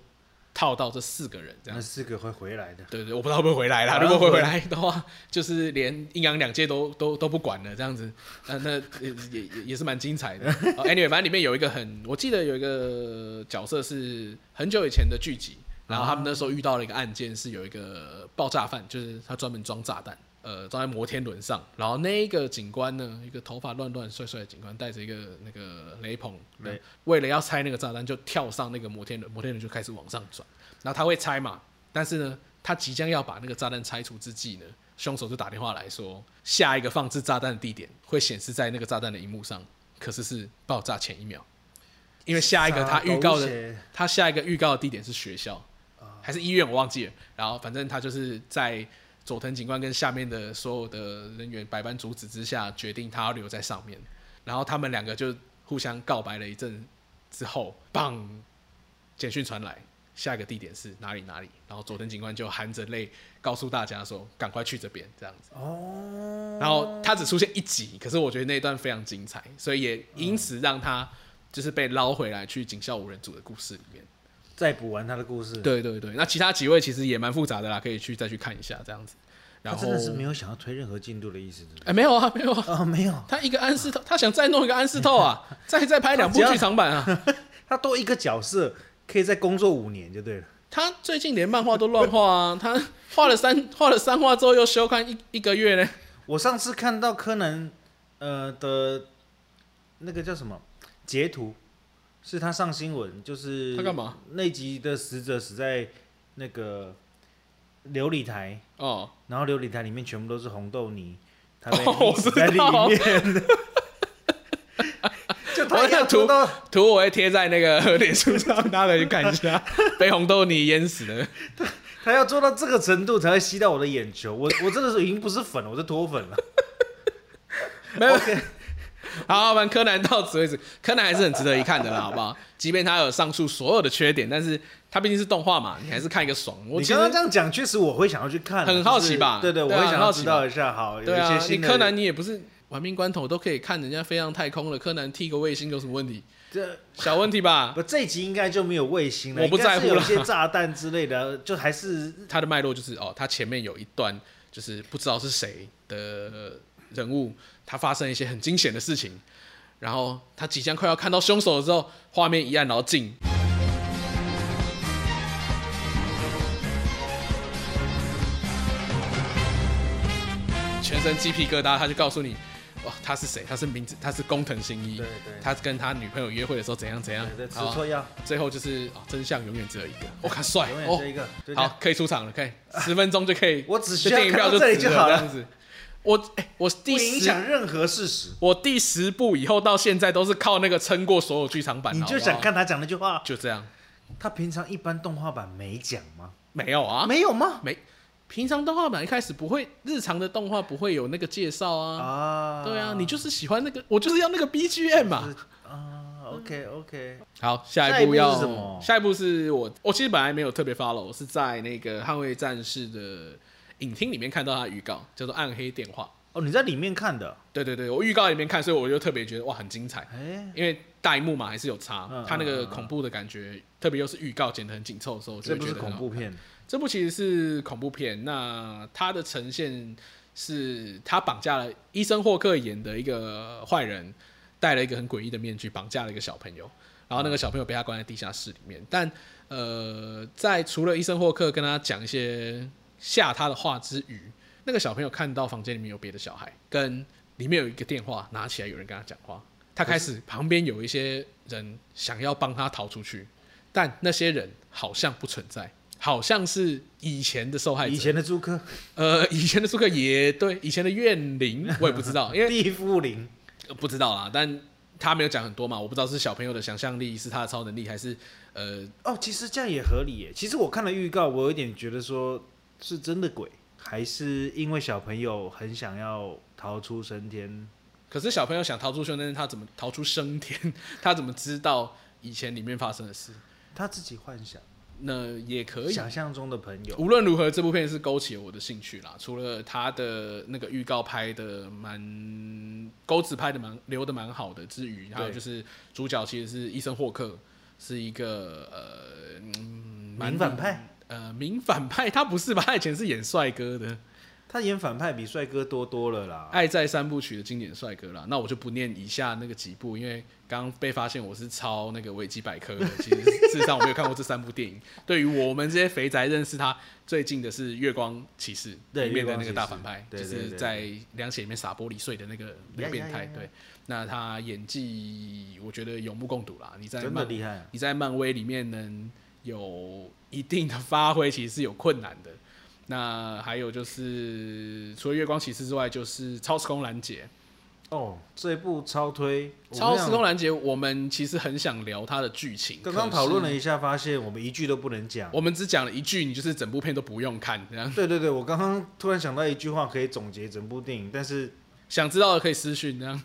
Speaker 2: 套到这四个人这样
Speaker 1: 那四个会回来的。
Speaker 2: 对对，我不知道会不会回来啦。
Speaker 1: 啊
Speaker 2: 如果会回来的话，就是连阴阳两界都都都不管了这样子。那那呃也也也是蛮精彩的。 哦 anyway，反正里面有一个很，我记得有一个角色是很久以前的剧集，然后他们那时候遇到了一个案件，是有一个爆炸犯，就是他专门装炸弹。呃，装在摩天轮上，然后那一个警官呢，一个头发乱乱帅帅的警官，带着一个那个雷朋，
Speaker 1: 雷
Speaker 2: 为了要拆那个炸弹，就跳上那个摩天轮，摩天轮就开始往上转。然后他会拆嘛，但是呢，他即将要把那个炸弹拆除之际呢，凶手就打电话来说，下一个放置炸弹的地点会显示在那个炸弹的荧幕上，可是是爆炸前一秒，因为下一个他预告
Speaker 1: 啥狗
Speaker 2: 的
Speaker 1: 血，
Speaker 2: 他下一个预告的地点是学校，还是医院，我忘记了。然后反正他就是在佐藤警官跟下面的所有的人员百般阻止之下，决定他要留在上面。然后他们两个就互相告白了一阵之后，棒，简讯传来，下一个地点是哪里哪里。然后佐藤警官就含着泪告诉大家说，赶快去这边这样子。
Speaker 1: 哦，
Speaker 2: 然后他只出现一集，可是我觉得那一段非常精彩，所以也因此让他就是被捞回来去警校五人组的故事里面。
Speaker 1: 再补完他的故事。，
Speaker 2: 对对对，那其他几位其实也蛮复杂的啦，可以去再去看一下这样子。
Speaker 1: 他
Speaker 2: 然后
Speaker 1: 真的是没有想要推任何进度的意思，对不对？
Speaker 2: 哎，没有啊，没有啊，
Speaker 1: 啊，没有，
Speaker 2: 他一个安室透，他想再弄一个安室透啊，再再拍两部剧场版啊。
Speaker 1: 他多一个角色可以再工作五年就对了。
Speaker 2: 他最近连漫画都乱画啊，他画了三画了三画之后又休刊一一个月呢。
Speaker 1: 我上次看到柯南，呃的，那个叫什么截图，是他上新闻，就是
Speaker 2: 他干嘛？
Speaker 1: 那集的死者死在那个琉璃台，
Speaker 2: 哦，
Speaker 1: 然后琉璃台里面全部都是红豆泥，他被
Speaker 2: 哦我
Speaker 1: 死
Speaker 2: 知
Speaker 1: 在里
Speaker 2: 道
Speaker 1: 面。 就他要涂到，
Speaker 2: 图我会贴在那个脸书上，大家可以去看一下。被红豆泥淹死的，
Speaker 1: 他要做到这个程度才会吸到我的眼球。我我真的是已经不是粉了，我是脱粉了。
Speaker 2: 没有。好，我们柯南到此为止。柯南还是很值得一看的啦，好不好？即便他有上述所有的缺点，但是他毕竟是动画嘛，你还是看一个爽。 我
Speaker 1: 你
Speaker 2: 其
Speaker 1: 刚刚
Speaker 2: 实
Speaker 1: 这样讲，确实我会想要去看，啊
Speaker 2: 很好奇吧
Speaker 1: 就是对
Speaker 2: 对
Speaker 1: 对，
Speaker 2: 啊
Speaker 1: 我会想
Speaker 2: 很好
Speaker 1: 要
Speaker 2: 奇
Speaker 1: 知道一下。好，有
Speaker 2: 对
Speaker 1: 一些
Speaker 2: 啊，你
Speaker 1: 新的
Speaker 2: 柯南你也不是玩命关头都可以看人家飞上太空了，柯南剃个卫星有什么问题？
Speaker 1: 这
Speaker 2: 小问题吧。
Speaker 1: 不这一集应该就没有卫星了，
Speaker 2: 我不在乎
Speaker 1: 应该
Speaker 2: 了
Speaker 1: 是有一些炸弹之类的，就还是
Speaker 2: 它的脉络就是哦，它前面有一段就是不知道是谁的人物，他发生一些很惊险的事情，然后他即将快要看到凶手的时候，画面一暗，然后静，全身鸡皮疙瘩，他就告诉你。哇，他是谁？他是名字，他是工藤新一。
Speaker 1: 对对
Speaker 2: 他跟他女朋友约会的时候怎样怎样
Speaker 1: 对对，吃
Speaker 2: 好啊
Speaker 1: 错药，
Speaker 2: 最后就是啊、真相永远只有一个。我、看帅
Speaker 1: 永
Speaker 2: 哦
Speaker 1: 远，这一个。就这样。
Speaker 2: 好，，可以出场了，可以，十分钟就可以
Speaker 1: 我只需
Speaker 2: 就
Speaker 1: 要
Speaker 2: 电影票就
Speaker 1: 看到这里
Speaker 2: 值
Speaker 1: 就好
Speaker 2: 这
Speaker 1: 了
Speaker 2: 样子。我哎、我
Speaker 1: 不
Speaker 2: 第
Speaker 1: 影
Speaker 2: 十，
Speaker 1: 响任何事实，
Speaker 2: 我第十部以后到现在都是靠那个撑过所有剧场版。
Speaker 1: 你就
Speaker 2: 好不好
Speaker 1: 想，看他讲那句话。
Speaker 2: 就这样，
Speaker 1: 他平常一般动画版没讲吗？
Speaker 2: 没有啊，
Speaker 1: 没有吗？
Speaker 2: 没。平常动画版一开始不会，日常的动画不会有那个介绍啊。
Speaker 1: 啊，
Speaker 2: 对啊，你就是喜欢那个，我就是要那个 BGM 嘛。
Speaker 1: 啊，OK OK，
Speaker 2: 好，下
Speaker 1: 下一
Speaker 2: 一步
Speaker 1: 步是
Speaker 2: 要
Speaker 1: 什么
Speaker 2: 下一步是我，我其实本来没有特别 follow，我是在那个《捍卫战士》的影厅里面看到他的预告，叫做《暗黑电话》。
Speaker 1: 哦，你在里面看的，
Speaker 2: 对对对，我预告里面看，所以我就特别觉得哇，很精彩，
Speaker 1: 哎，
Speaker 2: 因为弹幕嘛还是有差
Speaker 1: 嗯，
Speaker 2: 它那个
Speaker 1: 嗯嗯
Speaker 2: 恐怖的感觉，特别又是预告剪得很紧凑的时候，我就
Speaker 1: 这
Speaker 2: 会
Speaker 1: 不是
Speaker 2: 觉得很
Speaker 1: 恐
Speaker 2: 好
Speaker 1: 怖，片，
Speaker 2: 这部其实是恐怖片，那它的呈现是他绑架了医生霍克演的一个坏人，戴了一个很诡异的面具，绑架了一个小朋友，然后那个小朋友被他关在地下室里面。但呃，在除了医生霍克跟他讲一些吓他的话之余，那个小朋友看到房间里面有别的小孩，跟里面有一个电话，拿起来有人跟他讲话，他开始旁边有一些人想要帮他逃出去，但那些人好像不存在。好像是以前的受害者，
Speaker 1: 以前的租客
Speaker 2: 呃，以前的苏克 也对，以前的怨灵我也不知道，因为
Speaker 1: 地缚灵，
Speaker 2: 呃不知道啦。但他没有讲很多嘛，我不知道是小朋友的想象力，是他的超能力，还是呃，
Speaker 1: 哦，其实这样也合理耶。其实我看了预告，我有点觉得说是真的鬼，还是因为小朋友很想要逃出升天？
Speaker 2: 可是小朋友想逃出生天，他怎么逃出升天？他怎么知道以前里面发生的事？
Speaker 1: 他自己幻想，
Speaker 2: 那也可以。
Speaker 1: 想象中的朋友。
Speaker 2: 无论如何，这部片是勾起了我的兴趣啦。除了他的那个预告拍的蛮钩子拍的蛮留的蛮好的之余，还有就是主角其实是医生霍克，是一个呃，嗯蛮
Speaker 1: 名反派，
Speaker 2: 呃，名反派，他不是吧？他以前是演帅哥的，《
Speaker 1: 他演反派比帅哥多多了啦。
Speaker 2: 爱在三部曲》的经典帅哥啦。那我就不念以下那个几部，因为刚刚被发现我是抄那个维基百科 的。其实事实上我没有看过这三部电影。对于我们这些肥宅认识他最近的是《月光骑士》
Speaker 1: 对
Speaker 2: 里面的
Speaker 1: 月光
Speaker 2: 那
Speaker 1: 骑
Speaker 2: 个
Speaker 1: 士
Speaker 2: 大反派，
Speaker 1: 对对
Speaker 2: 就是
Speaker 1: 对
Speaker 2: 在凉鞋里面撒玻璃碎的那个那个
Speaker 1: 呀
Speaker 2: 变
Speaker 1: 呀
Speaker 2: 态。
Speaker 1: 呀
Speaker 2: 对，那他演技我觉得有目共睹啦。你在
Speaker 1: 真的
Speaker 2: 漫
Speaker 1: 厉害啊，
Speaker 2: 你在漫威里面能有一定的发挥，其实是有困难的。那还有就是，除了月光骑士之外，就是超时空拦截。
Speaker 1: 哦，这一部超推，我
Speaker 2: 超
Speaker 1: 们俩
Speaker 2: 时空拦截，我们其实很想聊它的剧情，
Speaker 1: 刚刚
Speaker 2: 可是
Speaker 1: 讨论了一下，发现我们一句都不能讲。
Speaker 2: 我们只讲了一句，你就是整部片都不用看。这样
Speaker 1: 对对对，我刚刚突然想到一句话可以总结整部电影，但是
Speaker 2: 想知道的可以私讯。这样，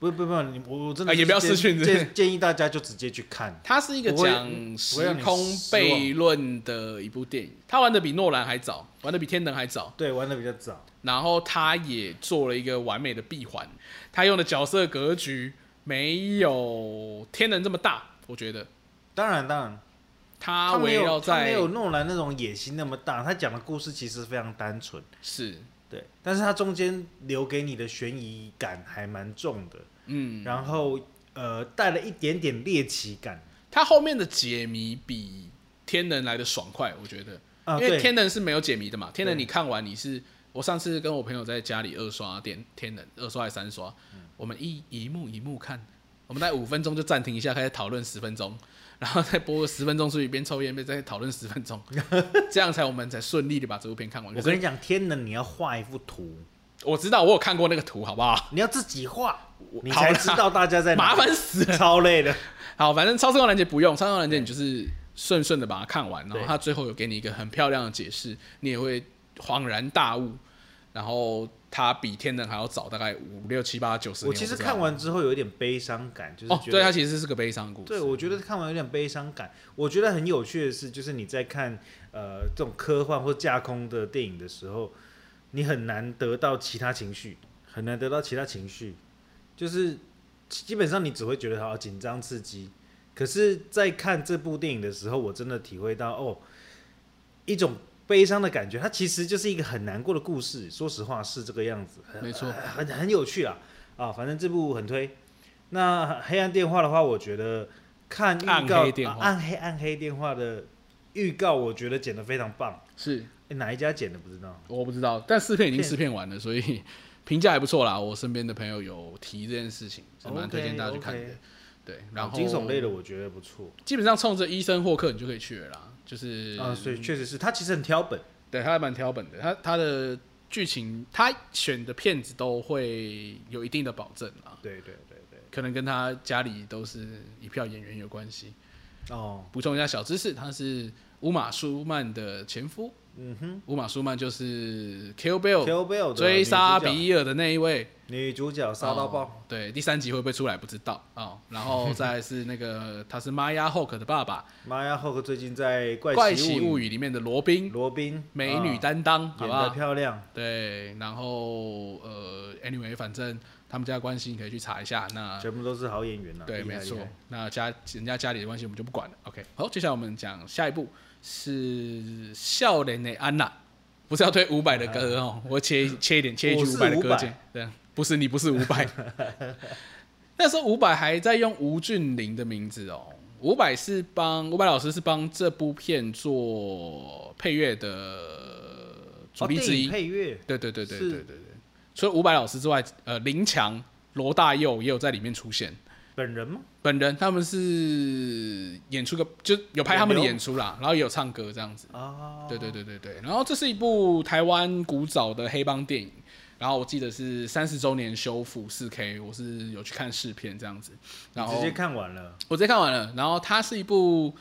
Speaker 1: 不不不，你我我真的
Speaker 2: 啊也不要
Speaker 1: 建
Speaker 2: 私讯对
Speaker 1: 建建议大家就直接去看。
Speaker 2: 它是一个
Speaker 1: 不会
Speaker 2: 讲
Speaker 1: 不会
Speaker 2: 时
Speaker 1: 让你
Speaker 2: 空
Speaker 1: 失望
Speaker 2: 悖论的一部电影，它玩的比诺兰还早，玩的比天能还早。
Speaker 1: 对，玩的比较早，
Speaker 2: 然后他也做了一个完美的闭环，他用的角色格局没有天能这么大，我觉得
Speaker 1: 当然当然，
Speaker 2: 他
Speaker 1: 没
Speaker 2: 围绕
Speaker 1: 有他没
Speaker 2: 在
Speaker 1: 有诺兰那种野心那么大，他讲的故事其实非常单纯，
Speaker 2: 是
Speaker 1: 对，但是他中间留给你的悬疑感还蛮重的，
Speaker 2: 嗯，
Speaker 1: 然后呃带了一点点猎奇感
Speaker 2: 他后面的解谜比天能来的爽快，我觉得，
Speaker 1: 啊，
Speaker 2: 因为
Speaker 1: 对，
Speaker 2: 天能是没有解谜的嘛，天能
Speaker 1: 对
Speaker 2: 你看完你是。我上次跟我朋友在家里二刷电天能二刷还是三刷，我们一一幕一幕看，我们大概五分钟就暂停一下，开始讨论十分钟， 然后再播个十分钟出去，边抽烟边再讨论十 分钟，这样才我们才顺利的把这部片看完。
Speaker 1: 我跟你讲，天能你要画一幅图，
Speaker 2: 我知道我有看过那个图，好不好？
Speaker 1: 你要自己画，你
Speaker 2: 好
Speaker 1: 才
Speaker 2: 啦
Speaker 1: 知道大家在哪
Speaker 2: 麻烦死了。
Speaker 1: 超累的。
Speaker 2: 好，反正超时空拦截不用，超时空拦截你就是顺顺的把它看完，然后
Speaker 1: 对
Speaker 2: 它最后有给你一个很漂亮的解释，你也会恍然大悟。然后它比天能还要早大概五六七八九十年。
Speaker 1: 我其实
Speaker 2: 不知道
Speaker 1: 看完之后有一点悲伤感，就是
Speaker 2: 哦，
Speaker 1: 觉
Speaker 2: 对，
Speaker 1: 得、
Speaker 2: 它其实是个悲伤的故事。
Speaker 1: 对我觉得看完有点悲伤感。我觉得很有趣的是，就是你在看呃这种科幻或架空的电影的时候，你很难得到其他情绪，很难得到其他情绪，就是基本上你只会觉得好紧张刺激。可是，在看这部电影的时候，我真的体会到哦，一种悲伤的感觉。它其实就是一个很难过的故事，说实话是这个样子。很
Speaker 2: 没错
Speaker 1: 很很有趣啊啊！反正这部很推。那黑暗电话的话，我觉得看预告
Speaker 2: 暗黑电话
Speaker 1: 啊暗黑暗黑电话的预告，我觉得剪得非常棒。
Speaker 2: 是
Speaker 1: 诶哪一家剪的不知道？
Speaker 2: 我不知道，但试片已经试片完了，所以 评价还不错啦。我身边的朋友有提这件事情，是蛮推荐大家去看的。
Speaker 1: OK，OK
Speaker 2: 对，然后
Speaker 1: 惊悚类的我觉得不错
Speaker 2: 基本上冲着医生霍克你就可以去了啦，就是、
Speaker 1: 啊，所以确实是他其实很挑本，
Speaker 2: 对他还蛮挑本的，他他的剧情他选的片子都会有一定的保证啦，
Speaker 1: 对对对对，
Speaker 2: 可能跟他家里都是一票演员有关系。
Speaker 1: 哦，
Speaker 2: 补充一下小知识，他是乌马舒曼的前夫，
Speaker 1: 嗯哼
Speaker 2: 乌马舒曼就是 Kill Bill
Speaker 1: ，Kill Bill 的
Speaker 2: 追杀
Speaker 1: 女主角
Speaker 2: 比尔的那一位，
Speaker 1: 女主角杀到爆，
Speaker 2: 哦对，第三集会不会出来不知道哦。然后再来是那个他是 Maya Hawk 的爸爸，
Speaker 1: 玛雅后克最近在《
Speaker 2: 《
Speaker 1: 怪
Speaker 2: 怪
Speaker 1: 奇
Speaker 2: 奇
Speaker 1: 物
Speaker 2: 物
Speaker 1: 语
Speaker 2: 语》里面的罗宾》，
Speaker 1: 罗宾
Speaker 2: 美女
Speaker 1: 啊
Speaker 2: 担当，好
Speaker 1: 演
Speaker 2: 不
Speaker 1: 的
Speaker 2: 好？
Speaker 1: 漂亮，
Speaker 2: 对，然后呃，anyway，反正他们家的关系你可以去查一下。那
Speaker 1: 全部都是好演员呐、啊。
Speaker 2: 啊对，
Speaker 1: 厉害
Speaker 2: 没错
Speaker 1: 厉害。
Speaker 2: 那家人家家里的关系我们就不管了。OK，好，接下来我们讲下一步是笑脸的安娜，不是要推伍佰的歌哦，我 切一切一点，切一句
Speaker 1: 我是
Speaker 2: 伍佰的歌
Speaker 1: 伍佰
Speaker 2: 进。对，不是你，不是伍 佰。那时候伍佰还在用吴俊霖的名字哦。伍佰是帮伍佰老师是帮这部片做配乐的主
Speaker 1: 哦
Speaker 2: 力之
Speaker 1: 电
Speaker 2: 一
Speaker 1: 影，配乐
Speaker 2: 对对对对对
Speaker 1: 是
Speaker 2: 对对。除了伍佰老师之外，呃，林强、罗大佑也有在里面出现。
Speaker 1: 本人吗？
Speaker 2: 本人他们是演出个，就有拍他们的演出啦，然后也有唱歌这样子。
Speaker 1: 啊、
Speaker 2: 对对对对对。然后这是一部台湾古早的黑帮电影，然后我记得是三十周年修复四 K，我是有去看试片这样子，然后
Speaker 1: 直接看完了，
Speaker 2: 我直接看完了。然后它是一部，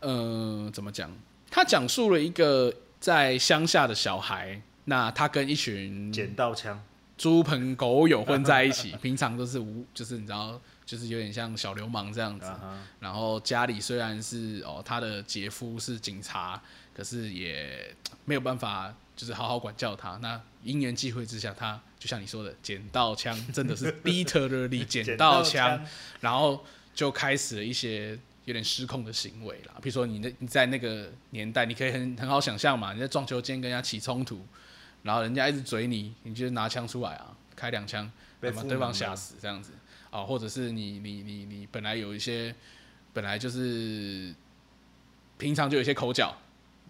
Speaker 2: 呃，怎么讲？它讲述了一个在乡下的小孩，那他跟一群
Speaker 1: 捡到枪，
Speaker 2: 猪朋狗友混在一起， 平常都是无，就是你知道，就是有点像小流氓这样子。
Speaker 1: 啊哈，
Speaker 2: 然后家里虽然是哦，他的姐夫是警察，可是也没有办法，就是好好管教他。那因缘际会之下，他就像你说的，捡到枪，真的 是 literally 捡到枪，然后就开始了一些有点失控的行为啦。比如说你那你在那个年代，你可以很很好想象嘛，你在撞球间跟人家起冲突，然后人家一直嘴你，你就拿枪出来啊，开两枪，
Speaker 1: 被
Speaker 2: 把
Speaker 1: 父
Speaker 2: 对方
Speaker 1: 母
Speaker 2: 吓
Speaker 1: 骂
Speaker 2: 死这样子啊、或者是你你你你本来有一些本来就是平常就有一些口角。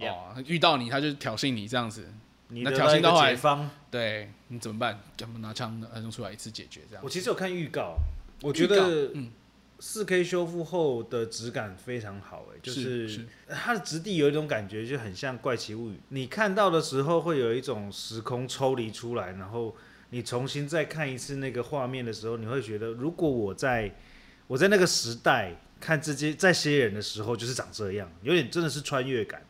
Speaker 2: 哦，遇到你他就挑衅你这样子，
Speaker 1: 你
Speaker 2: 那
Speaker 1: 的
Speaker 2: 挑衅
Speaker 1: 那
Speaker 2: 到后
Speaker 1: 个
Speaker 2: 来
Speaker 1: 解方，
Speaker 2: 对你怎么办？怎么拿枪呃弄出来一次解决这样
Speaker 1: 我？其实有看预告，我觉
Speaker 2: 预告
Speaker 1: 得
Speaker 2: 嗯
Speaker 1: 四 K 修复后的质感非常好、哎，就是
Speaker 2: 是
Speaker 1: 它的质地有一种感觉，就很像《怪奇物语》。你看到的时候会有一种时空抽离出来，然后你重新再看一次那个画面的时候，你会觉得，如果我在我在那个时代看这些这些人的时候，就是长这样，有点真的是穿越感。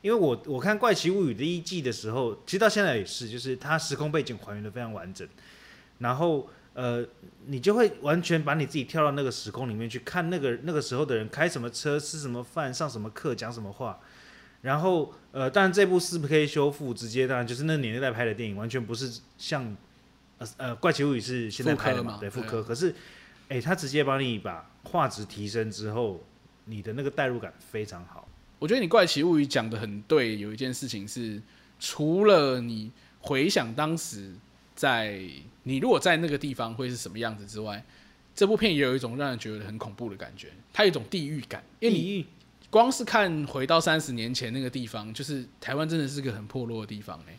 Speaker 1: 因为我我看《怪奇物语》第一季的时候，其实到现在也是，就是它时空背景还原的非常完整，然后呃，你就会完全把你自己跳到那个时空里面去看那个那个时候的人开什么车、吃什么饭、上什么课、讲什么话。然后呃，当然这部四 K 修复直接当然就是那年代拍的电影，完全不是像呃呃《怪奇物语》是现在拍的
Speaker 2: 复刻嘛
Speaker 1: 对复
Speaker 2: 对
Speaker 1: 刻。
Speaker 2: 啊
Speaker 1: 可是哎，它直接帮你把画质提升之后，你的那个代入感非常好。
Speaker 2: 我觉得你《怪奇物语》讲的很对，有一件事情是，除了你回想当时在你如果在那个地方会是什么样子之外，这部片也有一种让人觉得很恐怖的感觉，它有一种地狱感，因为你
Speaker 1: 你
Speaker 2: 光是看回到三十年前那个地方，就是台湾真的是个很破落的地方哎、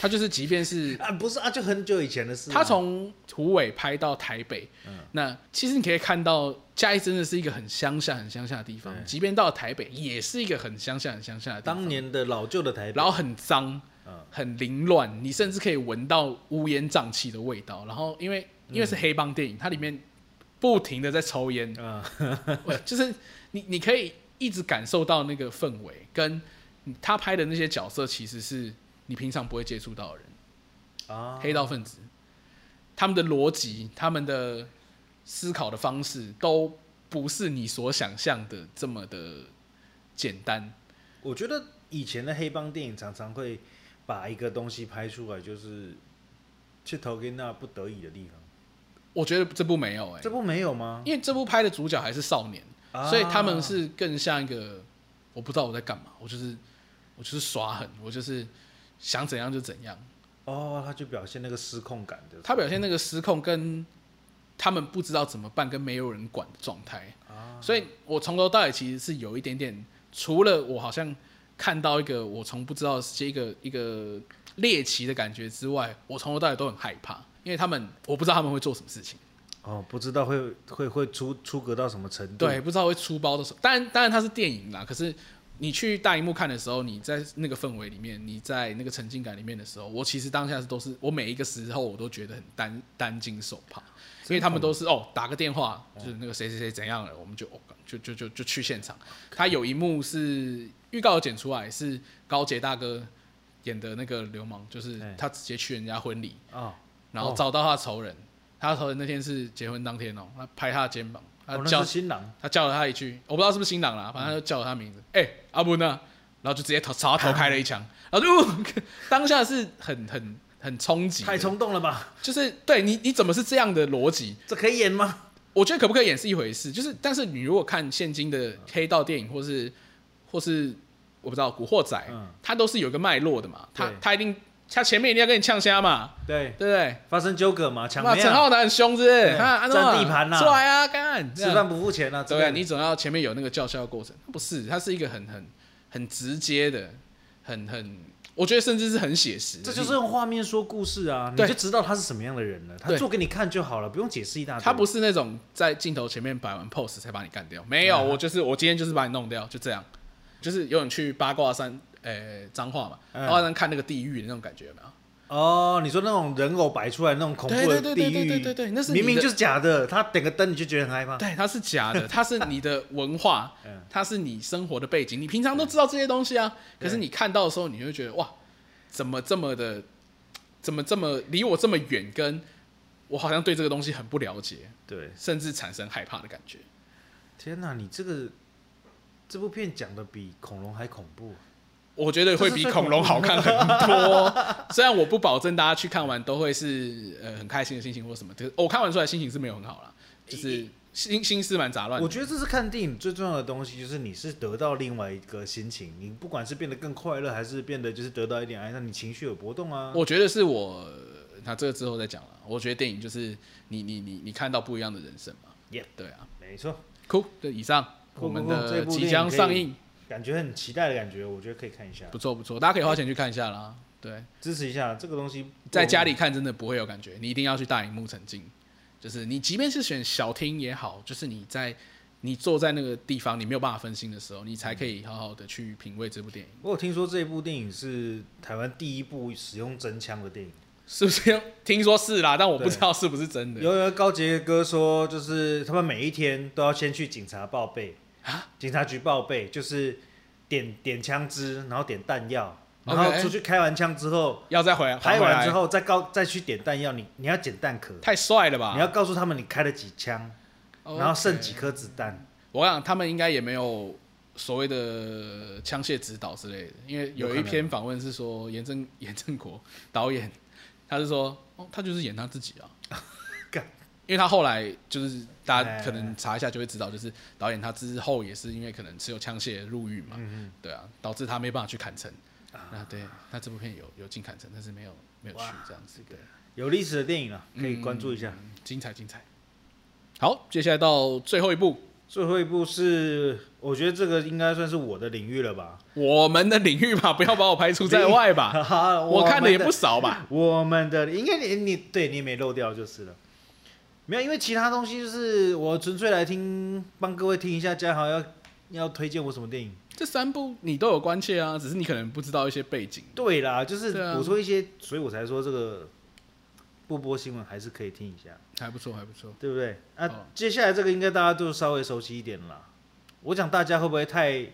Speaker 2: 它就是即便是
Speaker 1: 啊，不是啊，就很久以前的事啊。
Speaker 2: 他从土尾拍到台北，那其实你可以看到嘉义真的是一个很乡下、很乡下的地方，
Speaker 1: 对
Speaker 2: 即便到台北也是一个很乡下、很乡下的地方。
Speaker 1: 当，年的老旧的台北，
Speaker 2: 然后很脏
Speaker 1: 嗯，
Speaker 2: 很凌乱，你甚至可以闻到乌烟瘴气的味道。然后因为
Speaker 1: 嗯
Speaker 2: 因为是黑帮电影，它里面不停的在抽烟，
Speaker 1: 嗯，
Speaker 2: 我就是你你可以一直感受到那个氛围，跟他拍的那些角色其实是你平常不会接触到的人。
Speaker 1: 啊，
Speaker 2: 黑道分子，他们的逻辑、他们的思考的方式，都不是你所想象的这么的简单。
Speaker 1: 我觉得以前的黑帮电影常常会把一个东西拍出来，就是去投给那不得已的地方。
Speaker 2: 我觉得这部没有哎、
Speaker 1: 这不没有吗？
Speaker 2: 因为这部拍的主角还是少年，
Speaker 1: 啊
Speaker 2: 所以他们是更像一个我不知道我在干嘛，我就是我就是耍狠，我就是想怎样就怎样。
Speaker 1: 哦，他就表现那个失控感的，
Speaker 2: 他表现那个失控跟他们不知道怎么办跟没有人管的状态。
Speaker 1: 啊，
Speaker 2: 所以我从头到尾其实是有一点点，除了我好像看到一个我从不知道是一个一个猎奇的感觉之外，我从头到尾都很害怕，因为他们我不知道他们会做什么事情，
Speaker 1: 哦，不知道会会会出出格到什么程度。
Speaker 2: 对，，不知道会出包的时候。当然，当然它是电影啦，可是你去大荧幕看的时候，你在那个氛围里面，你在那个沉浸感里面的时候，我其实当下是都是我每一个时候我都觉得很担担惊受怕。因为他们都是哦，打个电话就是那个谁谁谁怎样了，我们就、哦、就就就就去现场。他有一幕是预告剪出来，是高杰大哥演的那个流氓，就是
Speaker 1: 哎
Speaker 2: 他直接去人家婚礼，
Speaker 1: 啊，
Speaker 2: 然后
Speaker 1: 哦
Speaker 2: 找到他的仇人。他的仇人那天是结婚当天哦，他拍他的肩膀，他
Speaker 1: 哦，
Speaker 2: 啊叫
Speaker 1: 那是新郎，
Speaker 2: 他叫了他一句，我不知道是不是新郎啦，反正他就叫了他名字，
Speaker 1: 嗯
Speaker 2: 哎、阿文啊，然后就直接朝朝
Speaker 1: 啊
Speaker 2: 他头开了一枪，然后就、呃 当下是很很很冲击的，
Speaker 1: 太冲动了吧？
Speaker 2: 就是对你你怎么是这样的逻辑？
Speaker 1: 这可以演吗？
Speaker 2: 我觉得可不可以演是一回事，就是但是你如果看现今的黑道电影，或是或是我不知道《古惑仔》
Speaker 1: 嗯
Speaker 2: 它都是有个脉络的嘛，它
Speaker 1: 对
Speaker 2: 它一定它前面一定要跟你呛虾嘛，
Speaker 1: 对，
Speaker 2: 对不对？
Speaker 1: 发生纠葛嘛，抢
Speaker 2: 那
Speaker 1: 没
Speaker 2: 陈
Speaker 1: 啊，
Speaker 2: 浩南很凶是不是？
Speaker 1: 对
Speaker 2: 啊，安诺啊
Speaker 1: 占地盘啊
Speaker 2: 出来啊，干
Speaker 1: 吃饭不付钱啊，
Speaker 2: 对
Speaker 1: 之
Speaker 2: 不对？
Speaker 1: 类的
Speaker 2: 你总要前面有那个叫嚣的过程，不是？它是一个很很很直接的，很很，我觉得甚至是很写实的。
Speaker 1: 这就是用画面说故事啊，你
Speaker 2: 对
Speaker 1: 就知道他是什么样的人了，他
Speaker 2: 对
Speaker 1: 做给你看就好了，不用解释一大堆。
Speaker 2: 他不是那种在镜头前面摆完 pose 才把你干掉，没有，
Speaker 1: 嗯
Speaker 2: 我就是我今天就是把你弄掉，就这样，就是有点去八卦山，呃，彰化嘛，
Speaker 1: 嗯
Speaker 2: 八卦山看那个地狱的那种感觉有没有？
Speaker 1: 哦，你说那种人偶摆出来那种恐
Speaker 2: 对
Speaker 1: 怖
Speaker 2: 对
Speaker 1: 的
Speaker 2: 对对
Speaker 1: 地
Speaker 2: 对对
Speaker 1: 狱，
Speaker 2: 对对那是你
Speaker 1: 明明
Speaker 2: 的
Speaker 1: 就是假的，他点个灯你就觉得很害怕。
Speaker 2: 对，它是假的，它是你的文化
Speaker 1: 嗯，
Speaker 2: 它是你生活的背景，你平常都知道这些东西啊。可是你看到的时候，你会觉得哇，怎么这么的，怎么这么离我这么远，跟我好像对这个东西很不了解，
Speaker 1: 对，
Speaker 2: 甚至产生害怕的感觉。
Speaker 1: 天哪，你这个这部片讲的比恐龙还恐怖。
Speaker 2: 我觉得会比恐龙好看很多，虽然我不保证大家去看完都会是呃很开心的心情或什么，可是我看完出来心情是没有很好啦，就是心心思蛮杂乱的
Speaker 1: 我。觉得这是看电影最重要的东西，就是你是得到另外一个心情，你不管是变得更快乐，还是变得就是得到一点爱，那你情绪有波动啊。
Speaker 2: 我觉得是我，那这个之后再讲了。我觉得电影就是你你你你看到不一样的人生嘛。
Speaker 1: Yep
Speaker 2: 对啊，
Speaker 1: 没错，
Speaker 2: 酷，对，以上
Speaker 1: 酷酷酷
Speaker 2: 我们
Speaker 1: 这
Speaker 2: 的
Speaker 1: 部电影
Speaker 2: 即将上
Speaker 1: 可
Speaker 2: 映，
Speaker 1: 感觉很期待的感觉，我觉得可以看一下，
Speaker 2: 不错不错，大家可以花钱去看一下啦。对，
Speaker 1: 支持一下这个东西。
Speaker 2: 在家里看真的不会有感觉，你一定要去大荧幕沉浸。就是你即便是选小厅也好，就是你在你坐在那个地方，你没有办法分心的时候，你才可以好好的去品味这部电影，
Speaker 1: 我有听说这部电影是台湾第一部使用真枪的电影。
Speaker 2: 是不是？ 听说是啦，但我不
Speaker 1: 对
Speaker 2: 知道是不是真的。
Speaker 1: 有有高杰哥说，就是他们每一天都要先去警察报备，
Speaker 2: 啊
Speaker 1: 警察局报备，就是点点枪支，然后点弹药，然后
Speaker 2: OK
Speaker 1: 出去开完枪之后，
Speaker 2: 要再回来，
Speaker 1: 拍
Speaker 2: 回
Speaker 1: 完之
Speaker 2: 来，
Speaker 1: 后再告再去点弹药，你你要捡弹壳，
Speaker 2: 太帅了吧！
Speaker 1: 你要告诉他们你开了几枪，然后剩
Speaker 2: OK
Speaker 1: 几颗子弹。
Speaker 2: 我想他们应该也没有所谓的枪械指导之类的，因为有一篇访问是说严正 严正国导演，他是说哦，他就是演他自己啊
Speaker 1: 干，
Speaker 2: 因为他后来就是大
Speaker 1: 哎
Speaker 2: 家可能查一下就会知道，就是导演他之后也是因为可能持有枪械入狱嘛，
Speaker 1: 嗯啊
Speaker 2: 对啊，导致他没办法去砍城。那对，那这部片有有进砍城，但是没有没有去
Speaker 1: 哇
Speaker 2: 这样子，对，
Speaker 1: 嗯，有历史的电影啊，可以关注一下。
Speaker 2: 嗯精彩精彩。好，接下来到最后一部，
Speaker 1: 最后一部是，我觉得这个应该算是我的领域了吧，
Speaker 2: 我们的领域吧，不要把我排除在外 吧。
Speaker 1: 哈哈
Speaker 2: 啊我看的也
Speaker 1: 们
Speaker 2: 不少吧。
Speaker 1: 我们的应该你你对你也没漏掉就是了。没有，因为其他东西就是我纯粹来听，帮各位听一下嘉豪要要推荐我什么电影。
Speaker 2: 这三部你都有关切啊，只是你可能不知道一些背景。
Speaker 1: 对啦，就是
Speaker 2: 对啊
Speaker 1: 补充一些，所以我才说这个不播新闻还是可以听一下，
Speaker 2: 还不错，还不错。
Speaker 1: 对不对？啊，
Speaker 2: 哦
Speaker 1: 接下来这个应该大家都稍微熟悉一点啦。我讲大家会不会太？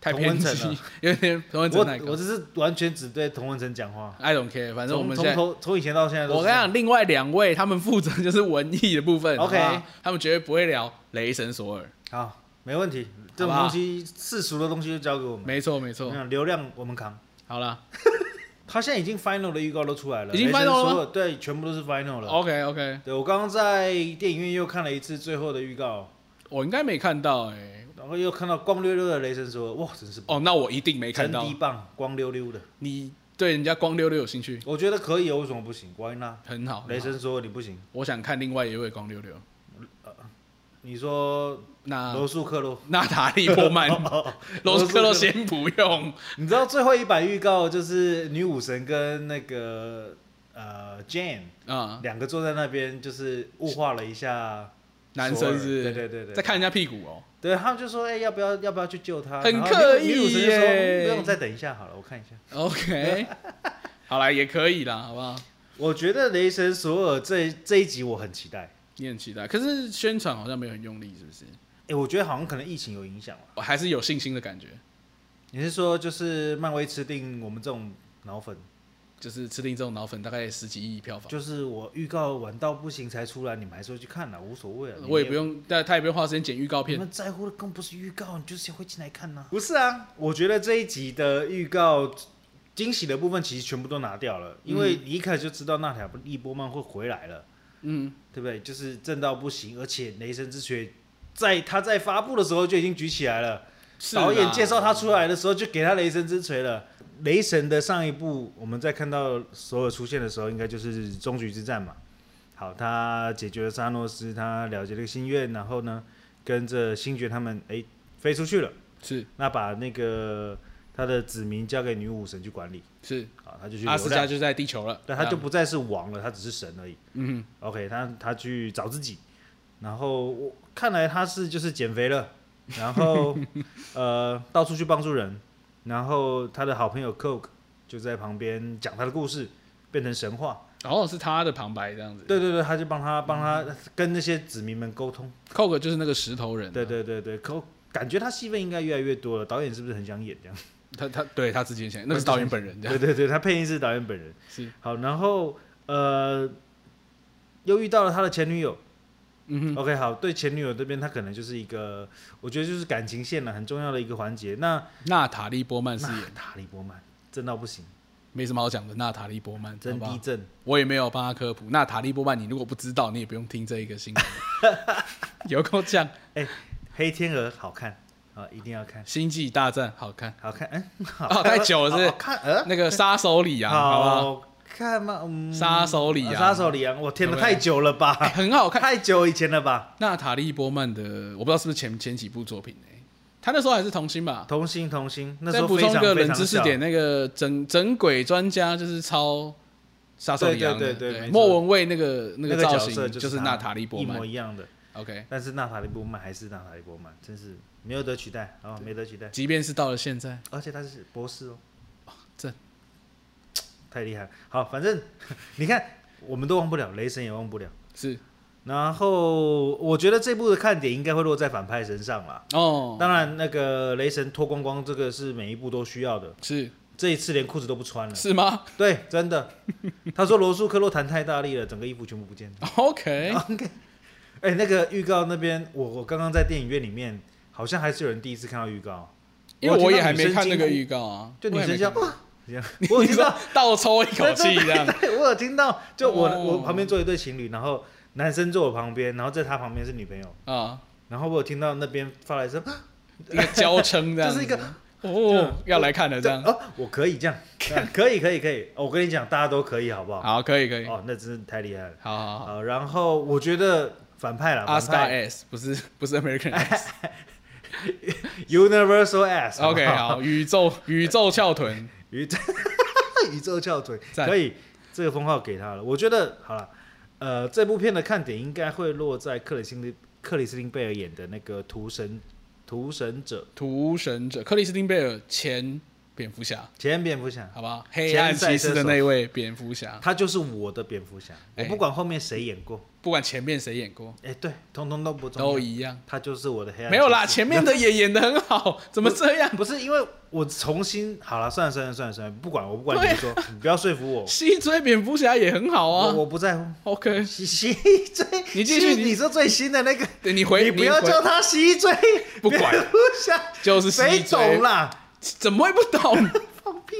Speaker 2: 太
Speaker 1: 同
Speaker 2: 偏
Speaker 1: 温
Speaker 2: 激
Speaker 1: 层，啊
Speaker 2: 有点 同温层太
Speaker 1: 我
Speaker 2: 高
Speaker 1: 我。只是完全只对童文成讲话。
Speaker 2: I don't care，反正我
Speaker 1: 从
Speaker 2: 们
Speaker 1: 从
Speaker 2: 现在。
Speaker 1: 头从以前到现在都是
Speaker 2: 我
Speaker 1: 这
Speaker 2: 跟你
Speaker 1: 样，
Speaker 2: 讲，另外两位他们负责就是文艺的部分
Speaker 1: OK
Speaker 2: 好不好他们绝对不会聊雷神索尔。
Speaker 1: 好，没问题，这种
Speaker 2: 好不好
Speaker 1: 东西世俗的东西就交给我们。
Speaker 2: 没错，没错。
Speaker 1: 嗯流量我们扛。
Speaker 2: 好了
Speaker 1: 他现在已经 final 的预告都出来了，
Speaker 2: 已经
Speaker 1: 雷神
Speaker 2: final 了吗哦
Speaker 1: 所有对，全部都是 final 了。
Speaker 2: ，OK OK，
Speaker 1: 对我刚刚在电影院又看了一次最后的预告，
Speaker 2: 我应该没看到哎、
Speaker 1: 然后又看到光溜溜的雷神说，哇，真是
Speaker 2: 哦，那我一定没看
Speaker 1: 真
Speaker 2: 到
Speaker 1: 低。棒，光溜溜的，
Speaker 2: 你对人家光溜溜有兴趣，
Speaker 1: 我觉得可以，为什么不行？Why not？
Speaker 2: 很好。
Speaker 1: 雷
Speaker 2: 很好，
Speaker 1: 神说你不行，
Speaker 2: 我想看另外一位光溜溜，
Speaker 1: 你说
Speaker 2: 那
Speaker 1: 罗素克洛， 哦
Speaker 2: 娜塔莉波 曼，嗯 罗斯克洛先不用。
Speaker 1: 你知道最后一版预告就是女武神跟那个呃 Jane
Speaker 2: 啊、
Speaker 1: 两个坐在那边，就是物化了一下
Speaker 2: 男
Speaker 1: 索尔
Speaker 2: 生是不是
Speaker 1: 对对对对，
Speaker 2: 在看人家屁股哦。
Speaker 1: 对他们就说，哎、要不要要不要去救他？
Speaker 2: 很
Speaker 1: 然后
Speaker 2: 刻
Speaker 1: 女女武
Speaker 2: 意
Speaker 1: 神就说嗯
Speaker 2: 耶
Speaker 1: 不用，再等一下好了，我看一下。
Speaker 2: OK，好啦，也可以啦，好不好？
Speaker 1: 我觉得雷神索尔这这一集我很期待，
Speaker 2: 你很期待，可是宣传好像没有很用力，是不是？
Speaker 1: 哎、我觉得好像可能疫情有影响了。哦
Speaker 2: 我还是有信心的感觉，
Speaker 1: 你是说就是漫威吃定我们这种脑粉？
Speaker 2: 就是吃定这种脑粉大概十几亿票房，
Speaker 1: 就是我预告晚到不行才出来，你们还是会去看啦，无所谓啊。
Speaker 2: 我也不
Speaker 1: 用
Speaker 2: 用，但他也不用花时间剪预告
Speaker 1: 你
Speaker 2: 片。
Speaker 1: 们在乎的更不是预告，你就是会进来看呐、不是啊，我觉得这一集的预告惊喜的部分其实全部都拿掉了，因为你一开始就知道娜塔莉波曼会回来了。
Speaker 2: 嗯，
Speaker 1: 对不对？就是正到不行，而且雷神之锤在他在发布的时候就已经举起来了，
Speaker 2: 是啦
Speaker 1: 导演介绍他出来的时候就给他雷神之锤了。雷神的上一部，我们在看到索尔出现的时候，应该就是终局之战嘛。好，他解决了沙诺斯，他了结了一个心愿，然后呢，跟着星爵他们哎飞出去了，
Speaker 2: 是
Speaker 1: 那把那个他的子民交给女武神去管理。
Speaker 2: 是，
Speaker 1: 好，他就去
Speaker 2: 阿
Speaker 1: 流
Speaker 2: 斯
Speaker 1: 浪
Speaker 2: 加，就在地球了，
Speaker 1: 但他
Speaker 2: 这
Speaker 1: 就
Speaker 2: 样
Speaker 1: 不再是王了，他只是神而已。
Speaker 2: 嗯
Speaker 1: OK，他他去找自己，然后我看来他是就是减肥 了，然后呃到处去帮助人，然后他的好朋友 Coke 就在旁边讲他的故事，变成神话。
Speaker 2: 然啊哦后是他的旁白这样子。
Speaker 1: 对对对，他就帮
Speaker 2: 嗯
Speaker 1: 他帮他跟那些子民们沟通。
Speaker 2: c o g 就是那个石头人、啊，
Speaker 1: 对对对对，可我感觉他戏份应该越来越多了。导演是不是很想演这样？
Speaker 2: 他他对他自己也想，那个是导演本人这 样
Speaker 1: 对对对，他配音是导演本人。
Speaker 2: 是，
Speaker 1: 好，然后呃，又遇到了他的前女友。
Speaker 2: 嗯哼，
Speaker 1: OK，好，对前女友这边，他可能就是一个，我觉得就是感情线啊了，很重要的一个环节。那
Speaker 2: 娜塔莉波曼饰
Speaker 1: 那
Speaker 2: 演，
Speaker 1: 塔利波曼真到不行，
Speaker 2: 没什么好讲的，娜塔莉波曼，
Speaker 1: 真
Speaker 2: 好不好
Speaker 1: 逼真。
Speaker 2: 我也没有帮他科普。娜塔莉波曼，你如果不知道，你也不用听这一个 新闻。有够讲，《
Speaker 1: 黑天鹅好看啊，一定要看，
Speaker 2: 星际大战》好看，
Speaker 1: 好看，嗯，好
Speaker 2: 哦，太久了是不
Speaker 1: 好
Speaker 2: 是？
Speaker 1: 看，呃，
Speaker 2: 那个杀手里昂，好不好？
Speaker 1: 好看吗？嗯，
Speaker 2: 杀手里
Speaker 1: 啊
Speaker 2: 昂，
Speaker 1: 杀手里昂，我天哪，
Speaker 2: 对不对
Speaker 1: 太久了
Speaker 2: 哎
Speaker 1: 吧，
Speaker 2: 很好看。
Speaker 1: 太久以前了吧？
Speaker 2: 娜塔莉波曼的，我不知道是不是前前几部作品哎、她那时候还是童星吧。
Speaker 1: 童星，童星，那时
Speaker 2: 再
Speaker 1: 候
Speaker 2: 补
Speaker 1: 非
Speaker 2: 充一
Speaker 1: 常
Speaker 2: 个
Speaker 1: 非
Speaker 2: 冷
Speaker 1: 常
Speaker 2: 知识
Speaker 1: 小
Speaker 2: 点，那个整整鬼专家就是抄杀手里昂
Speaker 1: 对
Speaker 2: 的，
Speaker 1: 对对对没错
Speaker 2: 莫文蔚那个那
Speaker 1: 那
Speaker 2: 个
Speaker 1: 角
Speaker 2: 造
Speaker 1: 色
Speaker 2: 型
Speaker 1: 就
Speaker 2: 就是
Speaker 1: 他
Speaker 2: 娜塔莉波
Speaker 1: 一模
Speaker 2: 曼。
Speaker 1: 一样的，
Speaker 2: OK，
Speaker 1: 但是娜塔莉波曼还是娜塔莉波曼，真是没有得取代啊，没得取代，
Speaker 2: 即便是到了现在，
Speaker 1: 而且他是博士哦，
Speaker 2: 这
Speaker 1: 太厉害了。好，反正 你看，我们都忘不了，雷神也忘不了。
Speaker 2: 是
Speaker 1: 然后我觉得这部的看点应该会落在反派身上啦。
Speaker 2: 哦，
Speaker 1: 当然，那个雷神脱光光这个是每一部都需要的，
Speaker 2: 是
Speaker 1: 这一次连裤子都不穿了。
Speaker 2: 是吗
Speaker 1: 对，真的。他说罗素克洛弹太大力了，整个衣服全部不见了。
Speaker 2: ？OK，
Speaker 1: OK，哎、那个预告那边，我我刚刚在电影院里面，好像还是有人第一次看到预告，
Speaker 2: 因为
Speaker 1: 我有
Speaker 2: 我
Speaker 1: 听
Speaker 2: 也
Speaker 1: 到
Speaker 2: 还
Speaker 1: 女
Speaker 2: 没
Speaker 1: 生
Speaker 2: 看那
Speaker 1: 惊
Speaker 2: 个
Speaker 1: 呼
Speaker 2: 预告啊，
Speaker 1: 就
Speaker 2: 我
Speaker 1: 女
Speaker 2: 也
Speaker 1: 生
Speaker 2: 没
Speaker 1: 叫
Speaker 2: 看
Speaker 1: 哇，这样，我有听到，
Speaker 2: 倒抽一口气这 样，
Speaker 1: 对，我有听到，就我、
Speaker 2: 哦
Speaker 1: 我旁边坐一对情侣，然后男生坐我旁边，然后在他旁边是女朋友，
Speaker 2: 啊，
Speaker 1: 然后我有听到那边发来一声，啊
Speaker 2: 一个娇嗔这样
Speaker 1: 这
Speaker 2: 子，
Speaker 1: 是一个
Speaker 2: 哦，要来看了这样，
Speaker 1: 哦，我可以这样，啊 可以可以可以，哦我跟你讲，大家都可以，好不好？
Speaker 2: 好，可以可以，好
Speaker 1: 哦，那真是太厉害了。
Speaker 2: 好好。
Speaker 1: 好，然后我觉得反派啦，
Speaker 2: 阿
Speaker 1: 反
Speaker 2: Star
Speaker 1: 派
Speaker 2: S 不是不 是 American S。
Speaker 1: Universal S，好不
Speaker 2: OK，好，宇宙宇宙翘臀，
Speaker 1: 宇宙宇宙翘腿
Speaker 2: 赞
Speaker 1: 可以，这个封号给他了。我觉得好了，呃，这部片的看点应该会落在克里斯汀克里斯汀贝尔演的那个屠神屠神者
Speaker 2: 屠神者，克里斯汀贝尔前蝙蝠侠，
Speaker 1: 前蝙蝠侠，
Speaker 2: 好吧，黑暗骑士的那位蝙蝠侠，
Speaker 1: 他就是我的蝙蝠侠，我
Speaker 2: 哎
Speaker 1: 不管后面谁演过，
Speaker 2: 不管前面谁演过
Speaker 1: 哎、对，通通都不重
Speaker 2: 都
Speaker 1: 要，
Speaker 2: 一样，
Speaker 1: 他就是我的黑暗。
Speaker 2: 没有啦，，前面的也演的很好，怎么这样？
Speaker 1: 不是因为我重新好了，算了算了算了算了，不管我不管
Speaker 2: 对
Speaker 1: 你说，你不要说服我，
Speaker 2: 西追蝙蝠侠也很好
Speaker 1: 我
Speaker 2: 啊。
Speaker 1: 我不在乎。
Speaker 2: OK，
Speaker 1: 西西最，
Speaker 2: 你继续
Speaker 1: 西
Speaker 2: 你
Speaker 1: 你说最新的那个。
Speaker 2: 对你回
Speaker 1: 你不要
Speaker 2: 回
Speaker 1: 叫他西追，
Speaker 2: 不管
Speaker 1: 蝙蝠侠，
Speaker 2: 就是
Speaker 1: 谁
Speaker 2: 西
Speaker 1: 懂
Speaker 2: 追，
Speaker 1: 啦？
Speaker 2: 怎么会不懂？
Speaker 1: 放屁！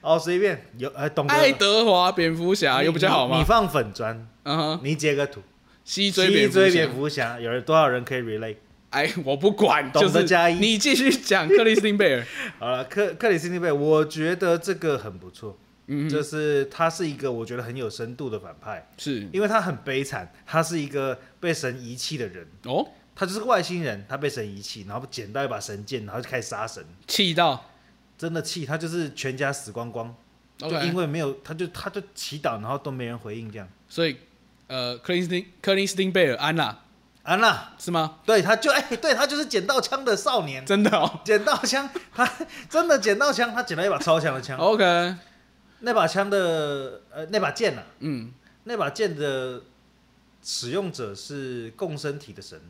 Speaker 1: 哦，随便有呃，懂得
Speaker 2: 爱德华蝙蝠侠
Speaker 1: 你
Speaker 2: 哎啊又比较好
Speaker 1: 你
Speaker 2: 吗
Speaker 1: 你？放粉砖，
Speaker 2: 嗯哼，
Speaker 1: 你截个图，
Speaker 2: 西追
Speaker 1: 西
Speaker 2: 蝙蝠
Speaker 1: 追
Speaker 2: 侠
Speaker 1: 蝙。蝠侠，有人多少人可以 relay？
Speaker 2: 哎，我不管，
Speaker 1: 懂
Speaker 2: 就
Speaker 1: 得
Speaker 2: 是
Speaker 1: 加一
Speaker 2: 你继续讲克里斯 汀贝尔。
Speaker 1: 好了，克克里斯汀贝尔，我觉得这个很不错，
Speaker 2: 嗯，
Speaker 1: 就是他是一个我觉得很有深度的反派，
Speaker 2: 是
Speaker 1: 因为他很悲惨，他是一个被神遗弃的人，
Speaker 2: 哦，
Speaker 1: 他就是个外星人，他被神遗弃，然后捡到一把神剑，然后就开始杀神，
Speaker 2: 气到
Speaker 1: 真的气，他就是全家死光光。就
Speaker 2: OK，
Speaker 1: 因为没有，他就他就祈祷，然后都没人回应这样。
Speaker 2: 所以呃，克里斯汀克里斯汀贝尔安娜
Speaker 1: 安娜，
Speaker 2: 是吗？
Speaker 1: 对，他就哎、对他就是捡到枪的少年，
Speaker 2: 真的 哦。
Speaker 1: 捡到枪，他真的捡到枪，他捡到一把超强的枪，
Speaker 2: OK，
Speaker 1: 那把枪的呃那把剑呐、啊，
Speaker 2: 嗯，
Speaker 1: 那把剑的使用者是共生体的神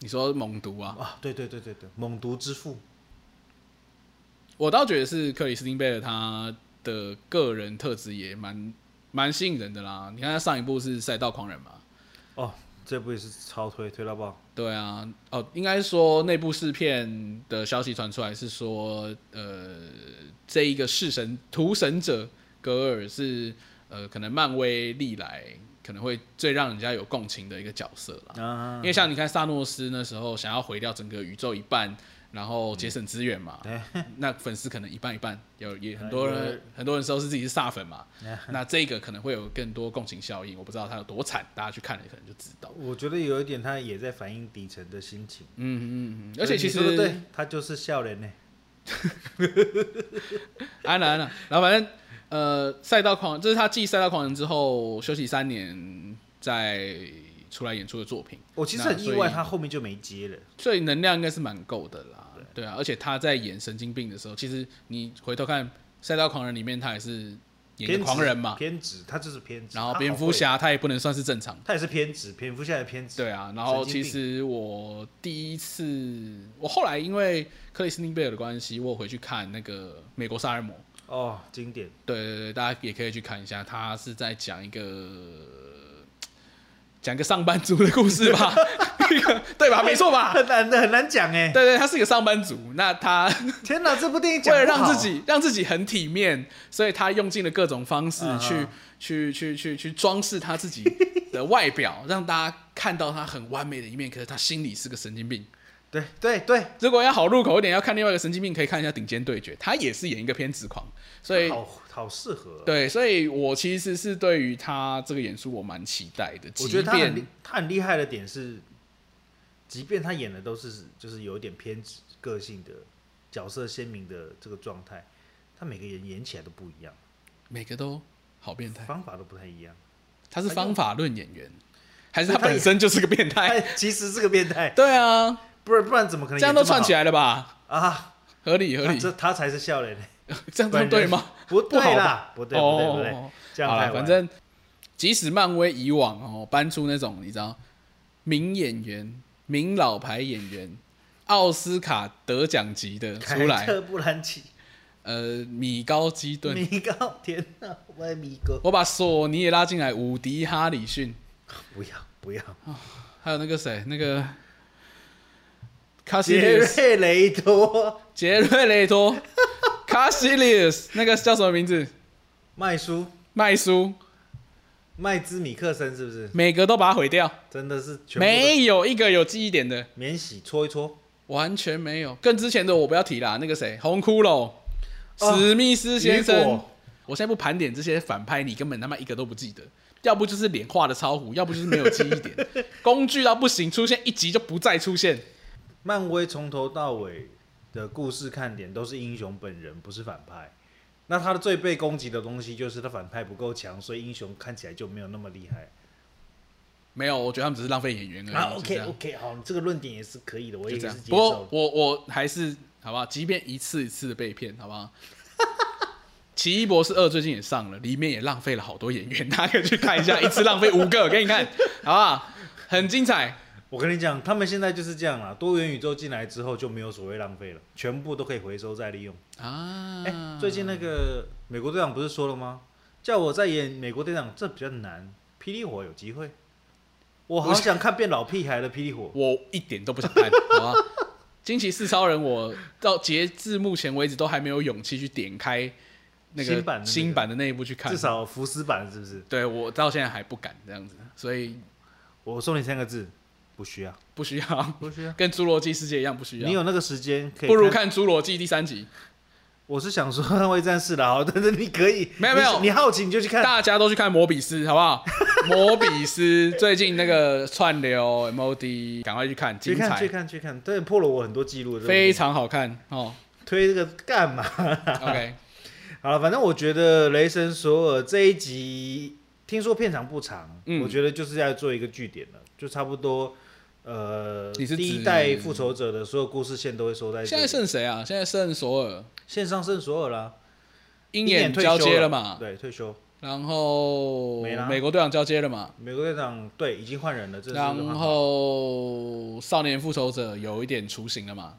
Speaker 2: 你说猛毒啊？
Speaker 1: 啊，对对对对对，猛毒之父，
Speaker 2: 我倒觉得是克里斯汀贝尔他的个人特质也蛮蛮吸引人的啦。你看他上一部是《赛道狂人》嘛，
Speaker 1: 哦这部也是超推推到爆，
Speaker 2: 对啊，哦，应该说内部试片的消息传出来是说，呃，这一个弑神屠神者格尔是呃，可能漫威历来可能会最让人家有共情的一个角色啦。
Speaker 1: 啊
Speaker 2: 因，为像你看萨诺斯那时候想要毁掉整个宇宙一半，然后节省资源嘛， 那粉丝可能一半一半，嗯有嗯也很多
Speaker 1: 哎
Speaker 2: 人
Speaker 1: 有
Speaker 2: 很多人说是自己是萨粉 嘛，那这个可能会有更多共情效应，我不知道它有多惨，大家去看了可能就知道。
Speaker 1: 我觉得有一点他也在反映底层的心情，
Speaker 2: 嗯嗯嗯，而且其
Speaker 1: 你说得
Speaker 2: 实
Speaker 1: 对他就是笑脸呢，
Speaker 2: 安了安了，然后反正呃，赛道狂这是他继赛道狂人之后休息三年再出来演出的作品，
Speaker 1: 我其实
Speaker 2: 那
Speaker 1: 很意
Speaker 2: 所以
Speaker 1: 外他后面就没接了。
Speaker 2: 所以能量应该是蛮够的啦。对啊，而且他在演神经病的时候，其实你回头看《赛道狂人》里面，他也是演的狂人嘛，
Speaker 1: 偏执，他就是偏执。
Speaker 2: 然后
Speaker 1: 他
Speaker 2: 蝙
Speaker 1: 好
Speaker 2: 蝠
Speaker 1: 会，
Speaker 2: 侠他也不能算是正常。
Speaker 1: 他也是偏执，蝙蝠侠也偏执。
Speaker 2: 对啊，然后
Speaker 1: 神经
Speaker 2: 其
Speaker 1: 病
Speaker 2: 实我第一次，我后来因为克里斯汀贝尔的关系，我有回去看那个《美国杀人魔》。
Speaker 1: 哦，经典，
Speaker 2: 对对对，大家也可以去看一下，他是在讲一个讲一个上班族的故事吧，一个对吧？啊没错吧？
Speaker 1: 很难的很难讲哎。
Speaker 2: 对对，他是一个上班族，那他
Speaker 1: 天哪，这部电影
Speaker 2: 为
Speaker 1: 讲
Speaker 2: 了
Speaker 1: 不
Speaker 2: 让
Speaker 1: 好
Speaker 2: 自己让自己很体面，所以他用尽了各种方式
Speaker 1: 嗯
Speaker 2: 去、
Speaker 1: 嗯
Speaker 2: 去去去去装饰他自己的外表，让大家看到他很完美的一面，可是他心里是个神经病。
Speaker 1: 对对对，
Speaker 2: 如果要好入口一点，要看另外一个神经病，可以看一下《顶尖对决》，他也是演一个偏执狂，所以
Speaker 1: 好好适合哦。
Speaker 2: 对，所以我其实是对于他这个演出我蛮期待的。
Speaker 1: 我觉得
Speaker 2: 即
Speaker 1: 他很厉
Speaker 2: 便
Speaker 1: 他很厉害的点是，即便他演的都是就是有点偏执个性的角色鲜明的这个状态，他每个人演起来都不一样，
Speaker 2: 每个都好变态，
Speaker 1: 方法都不太一样。
Speaker 2: 他是方法论演员，还是他
Speaker 1: 他也
Speaker 2: 本身就是个变态？
Speaker 1: 他哎其实是个变态，
Speaker 2: 对啊，
Speaker 1: 不然不然怎么可能
Speaker 2: 这样都
Speaker 1: 演么
Speaker 2: 串起
Speaker 1: 好
Speaker 2: 来了吧？
Speaker 1: 啊？
Speaker 2: 合理合
Speaker 1: 他
Speaker 2: 理，
Speaker 1: 这他才是笑脸呢，
Speaker 2: 这样子 对吗？
Speaker 1: 不
Speaker 2: 不
Speaker 1: 对
Speaker 2: 好
Speaker 1: 啦，不对不对不对，
Speaker 2: 哦，
Speaker 1: 这样
Speaker 2: 好
Speaker 1: 太
Speaker 2: 了，
Speaker 1: 晚
Speaker 2: 反正即使漫威以往哦搬出那种你知道名演员、名老牌演员、奥斯卡得奖级的
Speaker 1: 凯
Speaker 2: 出来，
Speaker 1: 特布兰奇、
Speaker 2: 呃，米高基顿，
Speaker 1: 米高，天哪，我的米哥，
Speaker 2: 我把索尼也拉进来，伍迪·哈里逊，
Speaker 1: 不要不要，
Speaker 2: 还有那个谁，那个卡西
Speaker 1: 杰
Speaker 2: 利斯、
Speaker 1: 瑞雷多、
Speaker 2: 杰瑞 雷托、卡西利斯，那个叫什么名字？
Speaker 1: 麦叔、
Speaker 2: 麦叔，
Speaker 1: 麦兹米克森是不是？
Speaker 2: 每个都把它毁掉，
Speaker 1: 真的是全部都
Speaker 2: 没有一个有记忆点的，
Speaker 1: 免洗搓一搓，
Speaker 2: 完全没有。更之前的我不要提啦，那个谁，红骷髅、
Speaker 1: 哦
Speaker 2: 史密斯先
Speaker 1: 雨
Speaker 2: 生
Speaker 1: 果。
Speaker 2: 我现在不盘点这些反派，你根本他妈一个都不记得。要不就是脸画的超糊，要不就是没有记忆点， 工具到不行，出现一集就不再出现。
Speaker 1: 漫威从头到尾的故事看点都是英雄本人，不是反派。那他的最被攻击的东西就是他反派不够强，所以英雄看起来就没有那么厉害。
Speaker 2: 没有，我觉得他们只是浪费演员而已。
Speaker 1: 啊
Speaker 2: 嗯就这
Speaker 1: ，OK
Speaker 2: 样
Speaker 1: OK，好，你这个论点也是可以的，我也
Speaker 2: 就这
Speaker 1: 是
Speaker 2: 样。
Speaker 1: 接
Speaker 2: 不
Speaker 1: 受
Speaker 2: 过
Speaker 1: 的。
Speaker 2: 我我还是好不好？即便一次一次的被骗，好不 好？奇异博士二最近也上了，里面也浪费了好多演员，大家可以去看一下，一次浪费五个，给你看，好不好？很精彩，
Speaker 1: 我跟你讲，他们现在就是这样啦。多元宇宙进来之后就没有所谓浪费了，全部都可以回收再利用。
Speaker 2: 啊！
Speaker 1: 哎、最近那个美国队长不是说了吗？叫我再演美国队长，这比较难。霹雳火有机会，我好想看变老屁孩的霹雳火。
Speaker 2: 我一点都不想看，好吧？惊奇四超人，我到截至目前为止都还没有勇气去点开那个
Speaker 1: 新版的那个
Speaker 2: 新版的那一部去看
Speaker 1: 至，少福斯版是不是？
Speaker 2: 对我到现在还不敢这样子，所以
Speaker 1: 我送你三个字，不需要，
Speaker 2: 不需要。
Speaker 1: 不需要。
Speaker 2: 跟《侏罗纪世界》一样不需
Speaker 1: 你
Speaker 2: 要，
Speaker 1: 有那个时间可以，
Speaker 2: 不如。看《侏罗纪》第三集，
Speaker 1: 我是想说 捍卫战士的，好，但是你可以，
Speaker 2: 没有
Speaker 1: 你
Speaker 2: 没有
Speaker 1: 你好奇你就去看。
Speaker 2: 大家都去看《摩比斯》，好 不好？摩比斯最近那个串流 MOD，赶快去看，
Speaker 1: 去
Speaker 2: 精
Speaker 1: 看去
Speaker 2: 彩，
Speaker 1: 看去看，对，破了我很多记录，这部电
Speaker 2: 非
Speaker 1: 影
Speaker 2: 常好看 哦。
Speaker 1: 推这个干嘛？
Speaker 2: OK，
Speaker 1: 好了，反正我觉得《雷神索尔》这一集，听说片长不长，
Speaker 2: 嗯
Speaker 1: 我觉得就是要做一个据点了，就差不多。呃，
Speaker 2: 你是
Speaker 1: 第一
Speaker 2: 指
Speaker 1: 代复仇者的所有故事线都会收在这
Speaker 2: 现
Speaker 1: 里
Speaker 2: 在剩谁啊？现在剩索尔，
Speaker 1: 线上圣索尔啦，
Speaker 2: 鹰
Speaker 1: 鹰
Speaker 2: 眼
Speaker 1: 眼退
Speaker 2: 交
Speaker 1: 休
Speaker 2: 接
Speaker 1: 了
Speaker 2: 了嘛，
Speaker 1: 对，退休。
Speaker 2: 然后
Speaker 1: 没啦
Speaker 2: 美国队长交接了嘛，
Speaker 1: 美国队长对已经换人了，这是
Speaker 2: 然后少年复仇者有一点雏形了嘛。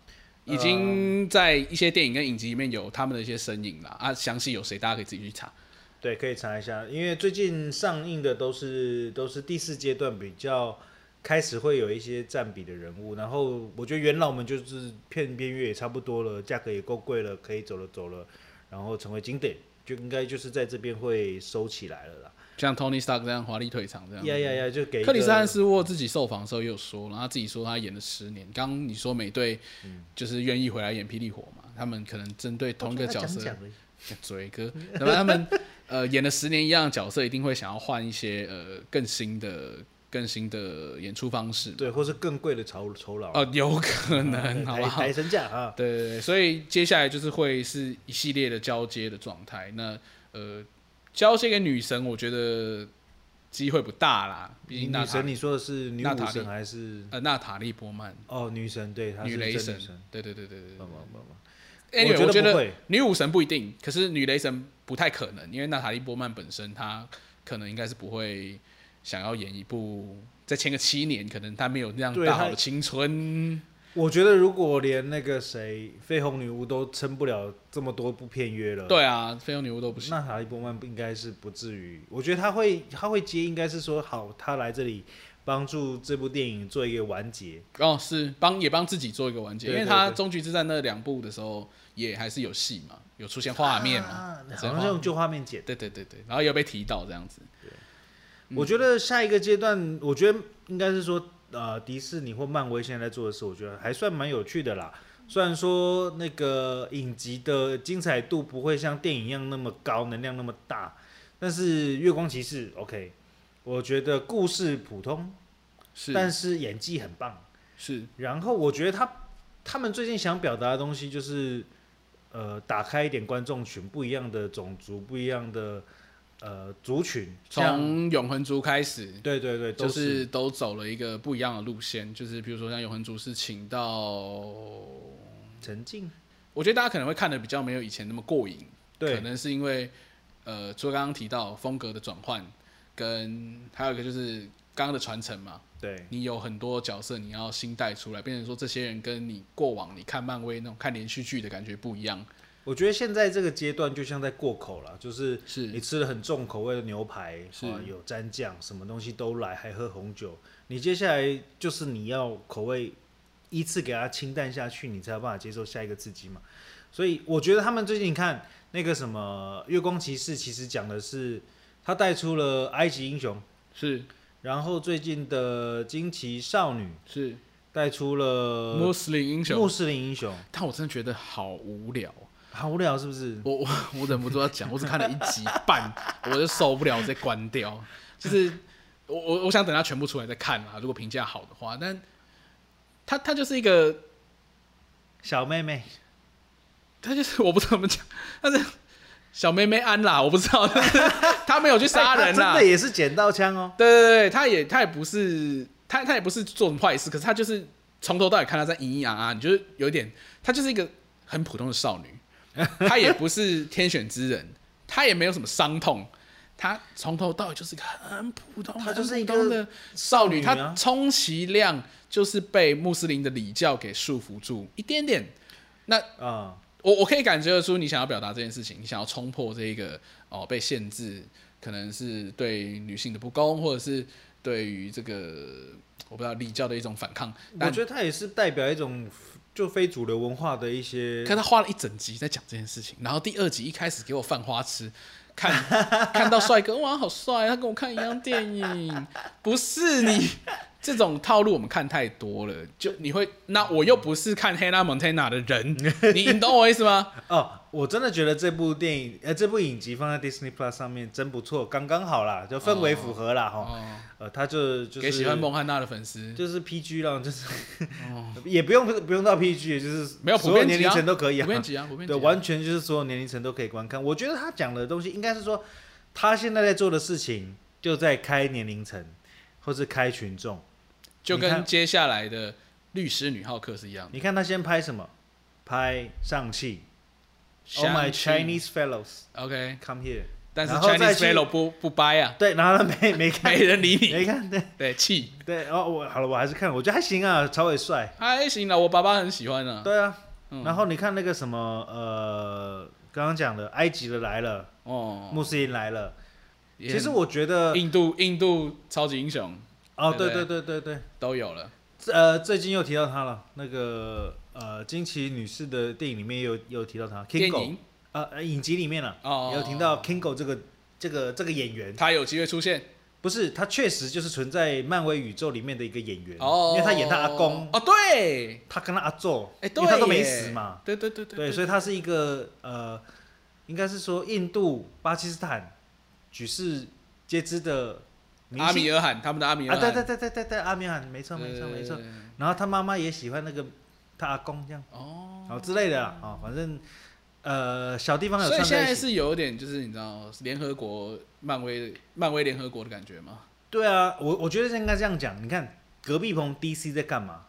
Speaker 2: 已
Speaker 1: 呃
Speaker 2: 经在一些电影跟影集里面有他们的一些身影了啊，详细有谁大家可以自己去查。
Speaker 1: 对，可以查一下，因为最近上映的都是都是第四阶段比较开始会有一些占比的人物，然后我觉得元老们就是片边月也差不多了，价格也够贵了，可以走了走了，然后成为经典，就应该就是在这边会收起来了啦。
Speaker 2: 像 Tony Stark 这样华丽退场这样。
Speaker 1: 呀呀呀，就给一
Speaker 2: 克里斯
Speaker 1: 个
Speaker 2: 汉斯沃自己受访的时候也有说，然后他自己说他演了十年。刚刚你说美队
Speaker 1: 嗯
Speaker 2: 就是愿意回来演霹雳火嘛，他们可能针对同一个角色
Speaker 1: 我觉得他讲讲而已
Speaker 2: 嘴哥，那么他们呃演了十年一样的角色，一定会想要换一些呃更新的、更新的演出方式。
Speaker 1: 对，或是更贵的酬酬劳，
Speaker 2: 呃，有可能，好不
Speaker 1: 抬
Speaker 2: 好？
Speaker 1: 抬身价啊，
Speaker 2: 对对对，所以接下来就是会是一系列的交接的状态。那呃，交接给女神，我觉得机会不大啦，毕竟娜
Speaker 1: 女
Speaker 2: 塔
Speaker 1: 神，你说的是女
Speaker 2: 娜塔
Speaker 1: 武
Speaker 2: 莉
Speaker 1: 神还是
Speaker 2: 呃娜塔莉波曼。
Speaker 1: 哦女神？对，她是
Speaker 2: 女雷
Speaker 1: 真
Speaker 2: 神
Speaker 1: 女神。，嗯
Speaker 2: 对对对对对对
Speaker 1: 棒棒棒棒！
Speaker 2: 哎、
Speaker 1: 嗯我觉
Speaker 2: anyway，
Speaker 1: 得
Speaker 2: 我觉
Speaker 1: 不
Speaker 2: 得
Speaker 1: 会
Speaker 2: 女武神不一定，可是女雷神不太可能，因为娜塔莉波曼本身她可能应该是不会想要演一部再签个七年，可能她没有那样
Speaker 1: 对
Speaker 2: 大
Speaker 1: 她
Speaker 2: 好的青春。
Speaker 1: 我觉得如果连那个谁绯红女巫都撑不了这么多部片约了，，
Speaker 2: 对啊，非常女巫都不行。
Speaker 1: 那塔利波曼不应该是不至于，我觉得他会他会接，应该是说好，他来这里帮助这部电影做一个完结，
Speaker 2: 哦，是帮也帮自己做一个完结，
Speaker 1: 对
Speaker 2: 因为
Speaker 1: 对
Speaker 2: 她
Speaker 1: 对
Speaker 2: 终局之战那两部的时候也还是有戏嘛，有出现画面嘛，
Speaker 1: 啊
Speaker 2: 有
Speaker 1: 好
Speaker 2: 出现
Speaker 1: 像
Speaker 2: 画
Speaker 1: 是
Speaker 2: 面
Speaker 1: 用旧画面剪。
Speaker 2: 对对对对，然后有被提到这样子。嗯
Speaker 1: 我觉得下一个阶段，我觉得应该是说，呃，迪士尼或漫威现在在做的事，我觉得还算蛮有趣的啦。虽然说那个影集的精彩度不会像电影一样那么高，能量那么大，但是《月光骑士》OK，我觉得故事普通，
Speaker 2: 是
Speaker 1: 但是演技很棒。
Speaker 2: 是，
Speaker 1: 然后我觉得他他们最近想表达的东西就是，呃，打开一点观众群，不一样的种族，不一样的呃族群，像
Speaker 2: 从永恒族开始，
Speaker 1: 对对对，都
Speaker 2: 就是是都走了一个不一样的路线，就是比如说像永恒族是请到，
Speaker 1: 沉浸，
Speaker 2: 我觉得大家可能会看的比较没有以前那么过瘾，可
Speaker 1: 对
Speaker 2: 能是因为呃，除了刚刚提到风格的转换，跟还有一个就是刚刚的传承嘛，
Speaker 1: 对
Speaker 2: 你有很多角色你要新带出来，变成说这些人跟你过往你看漫威那种看连续剧的感觉不一样，
Speaker 1: 我觉得现在这个阶段就像在过口了，就是
Speaker 2: 是
Speaker 1: 你吃了很重口味的牛排，
Speaker 2: 是
Speaker 1: 啊、有蘸酱，什么东西都来，还喝红酒，你接下来就是你要口味依次给它清淡下去，你才有办法接受下一个刺激嘛。所以我觉得他们最近你看那个什么《月光骑士》，其实讲的是他带出了埃及英雄，
Speaker 2: 是
Speaker 1: 然后最近的惊奇少女
Speaker 2: 是
Speaker 1: 带出了
Speaker 2: 穆斯林英雄
Speaker 1: 穆，斯林英雄，
Speaker 2: 但我真的觉得好无聊。
Speaker 1: 好无聊是不是？
Speaker 2: 我我我忍不住要讲，我只看了一集半， 我就受不了，我直接关掉。就是我我我想等它全部出来再看啊，如果评价好的话，但它它就是一个，
Speaker 1: 小妹妹。
Speaker 2: 它就是 我不知道怎么讲，但是小妹妹安啦，我不知道， 她没有去杀人啊
Speaker 1: 哎他
Speaker 2: 啦，
Speaker 1: 真的也是捡到枪哦。
Speaker 2: 对对对，他也他也不是他他也不是做什么坏事，可是他就是从头到尾看他在咿咿啊啊，你就是有点，他就是一个很普通的少女，她也不是天选之人，她也没有什么伤痛，她从头到尾就是一个很普通，
Speaker 1: 她就是一个
Speaker 2: 很普通的少
Speaker 1: 少女
Speaker 2: 女，她
Speaker 1: 啊
Speaker 2: 充其量就是被穆斯林的礼教给束缚住一点点，那
Speaker 1: 啊、
Speaker 2: 我我可以感觉得出你想要表达这件事情，你想要冲破这一个哦被限制，可能是对女性的不公，或者是对于这个我不知道礼教的一种反抗。
Speaker 1: 我
Speaker 2: 但
Speaker 1: 觉得他也是代表一种就非主流文化的一些
Speaker 2: 可是他花了一整集在讲这件事情，然后第二集一开始给我犯花痴，看看到帅哥哇好帅，他跟我看一样电影，不是你这种套路我们看太多了，就你会那我又不是看 Hannah Montana 的人，你你懂我意 思吗？
Speaker 1: 哦，我真的觉得这部电影呃这部影集放在 Disney Plus 上面真不错，刚刚好啦，就氛围符合啦哈、
Speaker 2: 哦，
Speaker 1: 呃，他就就是
Speaker 2: 给喜欢孟汉娜的粉丝。
Speaker 1: 就是 PG 啦，就是、 也不用不用到 PG，就是
Speaker 2: 没有普
Speaker 1: 所有
Speaker 2: 遍
Speaker 1: 年
Speaker 2: 级
Speaker 1: 龄
Speaker 2: 啊，
Speaker 1: 层都可以啊
Speaker 2: 普，遍级啊，普遍级
Speaker 1: 对，
Speaker 2: 啊、
Speaker 1: 完全就是所有年龄层都可以观看。我觉得他讲的东西应该是说，他现在在做的事情就在开年龄层或是开群众。
Speaker 2: 就
Speaker 1: 你
Speaker 2: 跟
Speaker 1: 看
Speaker 2: 接下来的律师女浩克是一样的。
Speaker 1: 你看他先拍什么？拍上戏，Oh
Speaker 2: 相
Speaker 1: my
Speaker 2: 亲
Speaker 1: Chinese fellows
Speaker 2: OK，
Speaker 1: come here。
Speaker 2: 但是
Speaker 1: 然后再
Speaker 2: Chinese
Speaker 1: 去哎
Speaker 2: fellow 不不掰 啊，
Speaker 1: 对，然后他没没看，
Speaker 2: 没人理你。
Speaker 1: 没看，对
Speaker 2: 对，气
Speaker 1: 对。哦，我好了，我还是看，我觉得还行啊，曹伟帅。
Speaker 2: 还哎行了，我爸爸很喜欢啊。
Speaker 1: 对啊，
Speaker 2: 嗯
Speaker 1: 然后你看那个什么，呃，刚刚讲的埃及的来了，
Speaker 2: 哦，
Speaker 1: 穆斯林来了。
Speaker 2: 也
Speaker 1: 其实我觉得，
Speaker 2: 印度印度超级英雄
Speaker 1: 哦，
Speaker 2: 对
Speaker 1: 对对
Speaker 2: 对
Speaker 1: 对对对，
Speaker 2: 都有了。
Speaker 1: 呃，最近又提到他了，那个呃，惊奇女士的电影里面也有也有提到他
Speaker 2: 电
Speaker 1: ，Kingo，
Speaker 2: 影
Speaker 1: 呃，呃影集里面了，
Speaker 2: 哦，
Speaker 1: 也有提到 Kingo 这个这个这个演员。
Speaker 2: 他有机会出现
Speaker 1: 不是，他确实就是存在漫威宇宙里面的一个演员，
Speaker 2: 哦，
Speaker 1: 因为他演他阿公，
Speaker 2: 哦，对，
Speaker 1: 他跟他阿宙，
Speaker 2: 哎，
Speaker 1: 因
Speaker 2: 对
Speaker 1: 为
Speaker 2: 耶，
Speaker 1: 他都没死嘛，
Speaker 2: 对对对
Speaker 1: 对，所以他是一个呃，应该是说印度、巴基斯坦举世皆知的明
Speaker 2: 阿
Speaker 1: 星
Speaker 2: 米尔汗他们的阿米尔
Speaker 1: 啊，对
Speaker 2: 汗，
Speaker 1: 对对对对对，阿米汗，没错没错没错。。然后他妈妈也喜欢那个他阿公这样，
Speaker 2: 哦，
Speaker 1: 然后之类的啊、哦，反正呃小地方有
Speaker 2: 所以
Speaker 1: 串
Speaker 2: 现
Speaker 1: 在
Speaker 2: 在
Speaker 1: 一起，
Speaker 2: 是有点就是你知道联合国、漫威、漫威联合国的感觉吗？
Speaker 1: 对啊，我我觉得应该这样讲，你看隔壁棚 DC 在干嘛？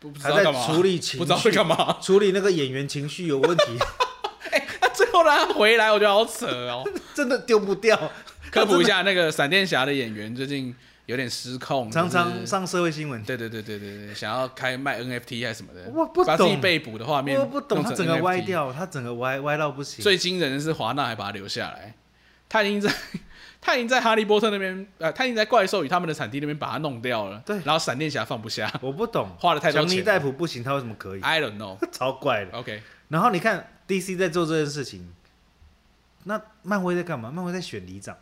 Speaker 2: 不不知
Speaker 1: 还
Speaker 2: 道
Speaker 1: 在
Speaker 2: 干嘛，
Speaker 1: 处 理情
Speaker 2: 不知道在
Speaker 1: 绪
Speaker 2: 干嘛。
Speaker 1: 处理那个演员情绪有问题，
Speaker 2: 他最后让他回来，我觉得好扯 哦。
Speaker 1: 真的丢不掉。
Speaker 2: 科普一下，那个闪电侠的演员最近有点失控，
Speaker 1: 常
Speaker 2: 就
Speaker 1: 常
Speaker 2: 是
Speaker 1: 上社会新闻，
Speaker 2: 对对对对对对，想要开卖 NFT 还是什么的，
Speaker 1: 我不
Speaker 2: 把自己
Speaker 1: 懂
Speaker 2: 被捕的画面
Speaker 1: 我不懂
Speaker 2: 弄
Speaker 1: 他
Speaker 2: 成
Speaker 1: 整个
Speaker 2: NFT
Speaker 1: 歪。掉，他整个歪歪到不行。
Speaker 2: 最惊人的是华纳还把他留下来，他已经在他已经在哈利波特那边，呃，他已经在怪兽与他们的产地那边把他弄掉了。
Speaker 1: 对
Speaker 2: 然后闪电侠放不下
Speaker 1: 我不懂，
Speaker 2: 花了太多
Speaker 1: 强尼
Speaker 2: 钱
Speaker 1: 戴普不行，他为什么可以？
Speaker 2: ，I don't know。
Speaker 1: 超怪的。
Speaker 2: OK，
Speaker 1: 然后你看 DC 在做这件事情，那漫威在干嘛？漫威在选里长，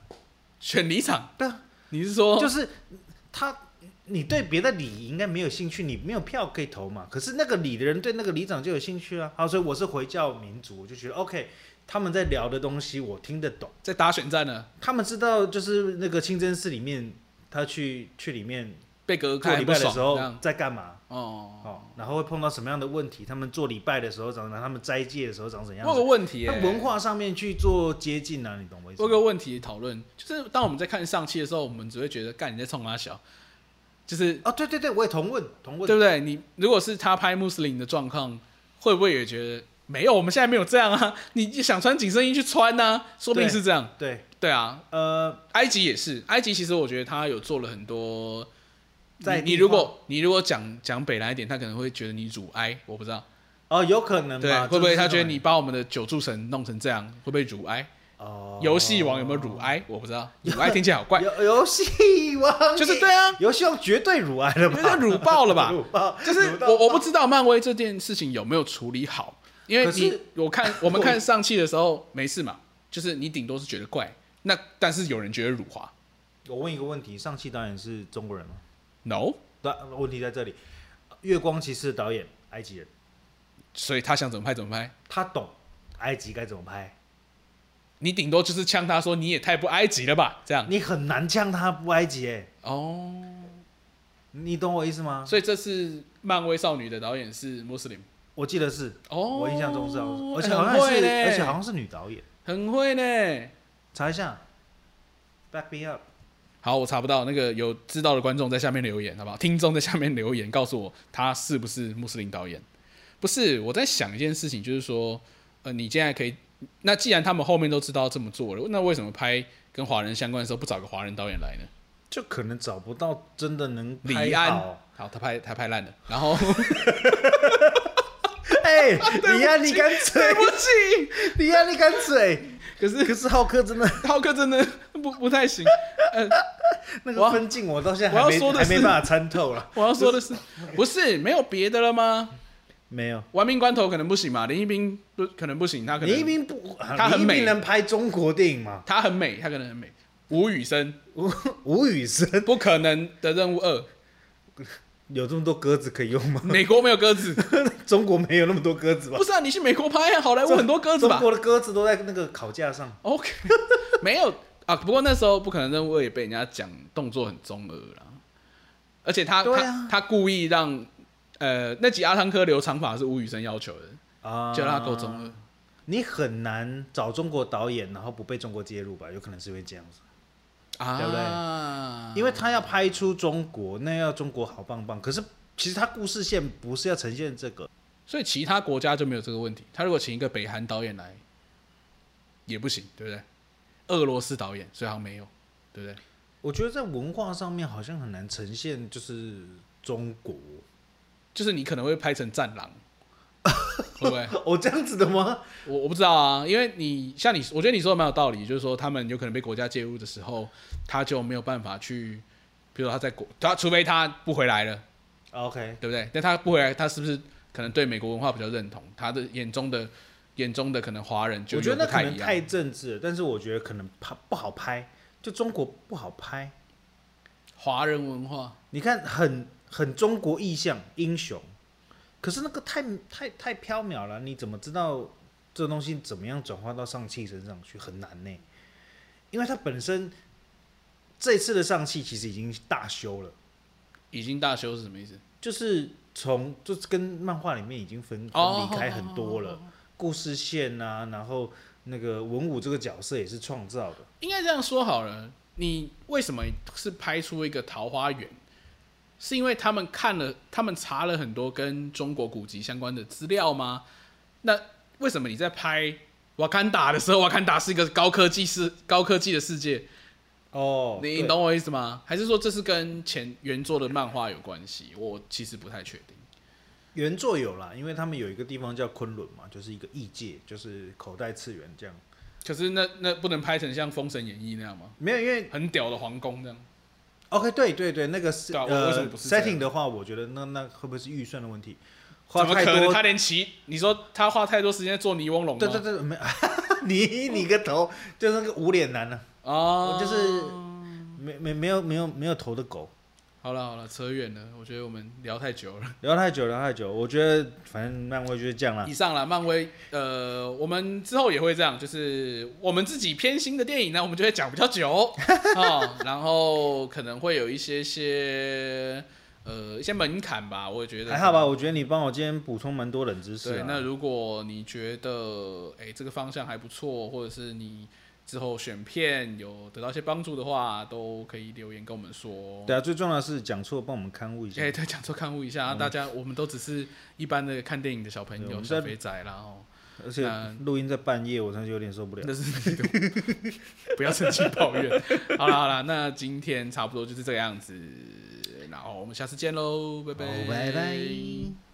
Speaker 2: 选离场，
Speaker 1: 对啊，
Speaker 2: 你是说
Speaker 1: 就是他，你对别的里应该没有兴趣，你没有票可以投嘛。可是那个里的人对那个里长就有兴趣啊。好，所以我是回教民族，我就觉得 OK，他们在聊的东西我听得懂。
Speaker 2: 在打选战呢？
Speaker 1: 他们知道就是那个清真寺里面，他去去里面
Speaker 2: 被隔
Speaker 1: 做
Speaker 2: 开
Speaker 1: 礼
Speaker 2: 不
Speaker 1: 拜的
Speaker 2: 爽
Speaker 1: 时
Speaker 2: 这
Speaker 1: 候
Speaker 2: 样
Speaker 1: 在干嘛？
Speaker 2: 哦。
Speaker 1: 哦，然后会碰到什么样的问题？他们做礼拜的时候长什么样？他们斋戒的时候长怎样
Speaker 2: 我有？个问题、
Speaker 1: 那
Speaker 2: 欸，
Speaker 1: 文化上面去做接近啊，你懂我意思
Speaker 2: 我有
Speaker 1: 吗？
Speaker 2: 个问题讨论，就是当我们在看上期的时候，我们只会觉得干你在冲他小，就是
Speaker 1: 哦，对对对，我也同问同问，
Speaker 2: 对不对？你如果是他拍穆斯林的状况，会不会也觉得没有？我们现在没有这样啊！你想穿紧身衣去穿呐、说不定是这样。
Speaker 1: 对，
Speaker 2: 对啊，
Speaker 1: 呃，
Speaker 2: 埃及也是，埃及其实我觉得他有做了很多。
Speaker 1: 在
Speaker 2: 你
Speaker 1: 地
Speaker 2: 你如
Speaker 1: 化
Speaker 2: 果你如果讲讲北来一点，他可能会觉得你乳埃，我不知道，
Speaker 1: 哦，有可能
Speaker 2: 对，
Speaker 1: 吧？
Speaker 2: 会不
Speaker 1: 就
Speaker 2: 会
Speaker 1: 是
Speaker 2: 他觉得你把我们的九柱神弄成这样，会不会乳埃？
Speaker 1: 哦，
Speaker 2: 游戏王有没有乳埃？我不知道，乳埃听起来 好怪，
Speaker 1: 游游戏王
Speaker 2: 就是对啊，
Speaker 1: 游戏王绝对乳癌了
Speaker 2: 因为
Speaker 1: 吧？
Speaker 2: 他乳爆 了吧？
Speaker 1: 乳爆
Speaker 2: 就是
Speaker 1: 乳到
Speaker 2: 我我不知道漫威这件事情有没有处理好，因为
Speaker 1: 可是
Speaker 2: 你我看我们看上期的时候没事嘛，就是你顶多是觉得怪，那但是有人觉得辱华
Speaker 1: 我问一个问题，上汽导演是中国人吗？
Speaker 2: ，no，
Speaker 1: 对，问题在这里，《月光骑士》导演埃及人，
Speaker 2: 所以他想怎么拍怎么拍，
Speaker 1: 他懂埃及该怎么拍，
Speaker 2: 你顶多就是呛他说你也太不埃及了吧，这样
Speaker 1: 你很难呛他不埃及、欸，
Speaker 2: 哦，
Speaker 1: 你懂我意思吗？
Speaker 2: 所以这次漫威少女的导演是穆斯林
Speaker 1: 我记得是，
Speaker 2: 哦，
Speaker 1: 我印象中是好像是，而且
Speaker 2: 哎
Speaker 1: 好像
Speaker 2: 很会
Speaker 1: 是，
Speaker 2: 嘞，
Speaker 1: 而且好像是女导演，
Speaker 2: 很会呢。
Speaker 1: 查一下，back me up。
Speaker 2: 好，我查不到那个有知道的观众在下面留言，好不好？听众在下面留言告诉我他是不是穆斯林导演？不是，我在想一件事情，就是说，呃，你现在可以，那既然他们后面都知道这么做了，那为什么拍跟华人相关的时候不找个华人导演来呢？
Speaker 1: 就可能找不到真的能拍
Speaker 2: 李安
Speaker 1: 好，
Speaker 2: 好，他拍他拍烂了，然 后
Speaker 1: 哎、李安你敢
Speaker 2: 对
Speaker 1: 嘴，
Speaker 2: 不起，
Speaker 1: 李安你敢嘴，
Speaker 2: 可是
Speaker 1: 可是浩克真的
Speaker 2: 浩克真的 不不太行。
Speaker 1: 那
Speaker 2: 我
Speaker 1: 个
Speaker 2: 要
Speaker 1: 分镜，我到现在还
Speaker 2: 我要
Speaker 1: 没
Speaker 2: 说的
Speaker 1: 还
Speaker 2: 是
Speaker 1: 没办法参透了，
Speaker 2: 我要说 的是，不是没有别的了吗？
Speaker 1: 没有。
Speaker 2: 亡命关头可能不行嘛，林一冰不可能不行，他可能
Speaker 1: 林一斌不，
Speaker 2: 他很
Speaker 1: 林一
Speaker 2: 美
Speaker 1: 斌能拍中国电影吗？
Speaker 2: 他很美，他可能很美。吴宇森，
Speaker 1: 吴 吴宇森
Speaker 2: 不可能的任务二，
Speaker 1: 有这么多鸽子可以用吗？
Speaker 2: 美国没有鸽 子，
Speaker 1: 中国没有那么多鸽 子吧
Speaker 2: 不？是啊？你去美国拍啊，好莱坞很多鸽子
Speaker 1: 中
Speaker 2: 吧
Speaker 1: 国的鸽子都在那个烤架上。
Speaker 2: ？OK，没 有啊。不过那时候不可能任务二也被人家讲动作很中二啦，而且他、
Speaker 1: 对啊
Speaker 2: 他他故意让呃那集阿汤哥留长发是吴宇森要求的，
Speaker 1: 啊
Speaker 2: 就让他够中二。
Speaker 1: 你很难找中国导演，然后不被中国介入吧？有可能是因为这样子，
Speaker 2: 啊，
Speaker 1: 对不因为他要拍出中国，那要中国好棒棒。可是其实他故事线不是要呈现这个，
Speaker 2: 所以其他国家就没有这个问题。他如果请一个北韩导演来，也不行，对不对？俄罗斯导演，所以好像没有，对不对？
Speaker 1: 我觉得在文化上面好像很难呈现，就是中国。
Speaker 2: 就是你可能会拍成战狼， 会不会？
Speaker 1: 哦，这样子的吗？
Speaker 2: 我我不知道啊，因为你像你，我觉得你说的蛮有道理，就是说他们有可能被国家介入的时候，他就没有办法去，比如说他在国，他除非他不回来了，
Speaker 1: 啊 OK，
Speaker 2: 对不对？但他不回来，他是不是可能对美国文化比较认同？他的眼中的眼中的可能华人就
Speaker 1: 我觉得那
Speaker 2: 有不
Speaker 1: 可
Speaker 2: 太
Speaker 1: 能
Speaker 2: 一样
Speaker 1: 太政治了，但是我觉得可能拍不好拍，就中国不好拍。
Speaker 2: 华人文化，
Speaker 1: 你看很很中国意象英雄，可是那个太太太缥缈了，你怎么知道这东西怎么样转化到上汽身上去？很难呢、因为它本身这次的上汽其实已经大修了，
Speaker 2: 已经大修是什么意思？
Speaker 1: 就是从就是跟漫画里面已经分分
Speaker 2: 哦
Speaker 1: 离开很多了，故事线啊，然后那个文武这个角色也是创造的。
Speaker 2: 应该这样说好了，你为什么是拍出一个桃花源？是因为他们看了，他们查了很多跟中国古籍相关的资料吗？那为什么你在拍瓦坎达的时候，瓦坎达是一个高科技世高科技的世界？
Speaker 1: 哦，
Speaker 2: 你
Speaker 1: 对
Speaker 2: 懂我意思吗？还是说这是跟前原作的漫画有关系？我其实不太确定。
Speaker 1: 原作有啦，因为他们有一个地方叫昆仑嘛，就是一个异界，就是口袋次元这样。
Speaker 2: 可是那那不能拍成像《封神演义》那样吗？
Speaker 1: 没有，因为
Speaker 2: 很屌的皇宫这样。
Speaker 1: OK，对对对，那个是、
Speaker 2: 对啊我为什么
Speaker 1: 呃
Speaker 2: 不是这样
Speaker 1: setting 的话，我觉得那那会不会是预算的问题？花
Speaker 2: 怎么
Speaker 1: 太
Speaker 2: 可能？
Speaker 1: 多
Speaker 2: 他连啊骑，你说他花太多时间做泥翁龙吗？
Speaker 1: 对对对，没， 你你个头就是那个无脸男呢、
Speaker 2: 哦，
Speaker 1: 我就是没没没有没有没有头的狗，
Speaker 2: 好了好了，扯远了，我觉得我们聊太久了。
Speaker 1: 聊太久聊太久，我觉得反正漫威就是这样啦
Speaker 2: 以。上啦，漫威，呃，我们之后也会这样，就是我们自己偏心的电影呢，我们就会讲比较久哦，然后可能会有一些些呃一些门槛吧，我也觉得
Speaker 1: 还好吧，。我觉得你帮我今天补充蛮多冷知识、
Speaker 2: 对
Speaker 1: 啊。，
Speaker 2: 那如果你觉得哎、这个方向还不错，或者是你之后选片有得到一些帮助的话，都可以留言跟我们说。
Speaker 1: 对啊，最重要的是讲错，帮我们刊物一下
Speaker 2: 哎、。对，讲座看护一下，啊大家我们都只是一般的看电影的小朋
Speaker 1: 嗯对我
Speaker 2: 友、
Speaker 1: 们
Speaker 2: 小
Speaker 1: 在
Speaker 2: 肥仔啦哦，
Speaker 1: 而且
Speaker 2: 那
Speaker 1: 录音在半夜，我真的有点受不了。
Speaker 2: 但是 不要生气抱怨。好啦好啦，那今哦天差不多就是这个样子，然后我们下次见喽，拜拜
Speaker 1: 好，拜拜。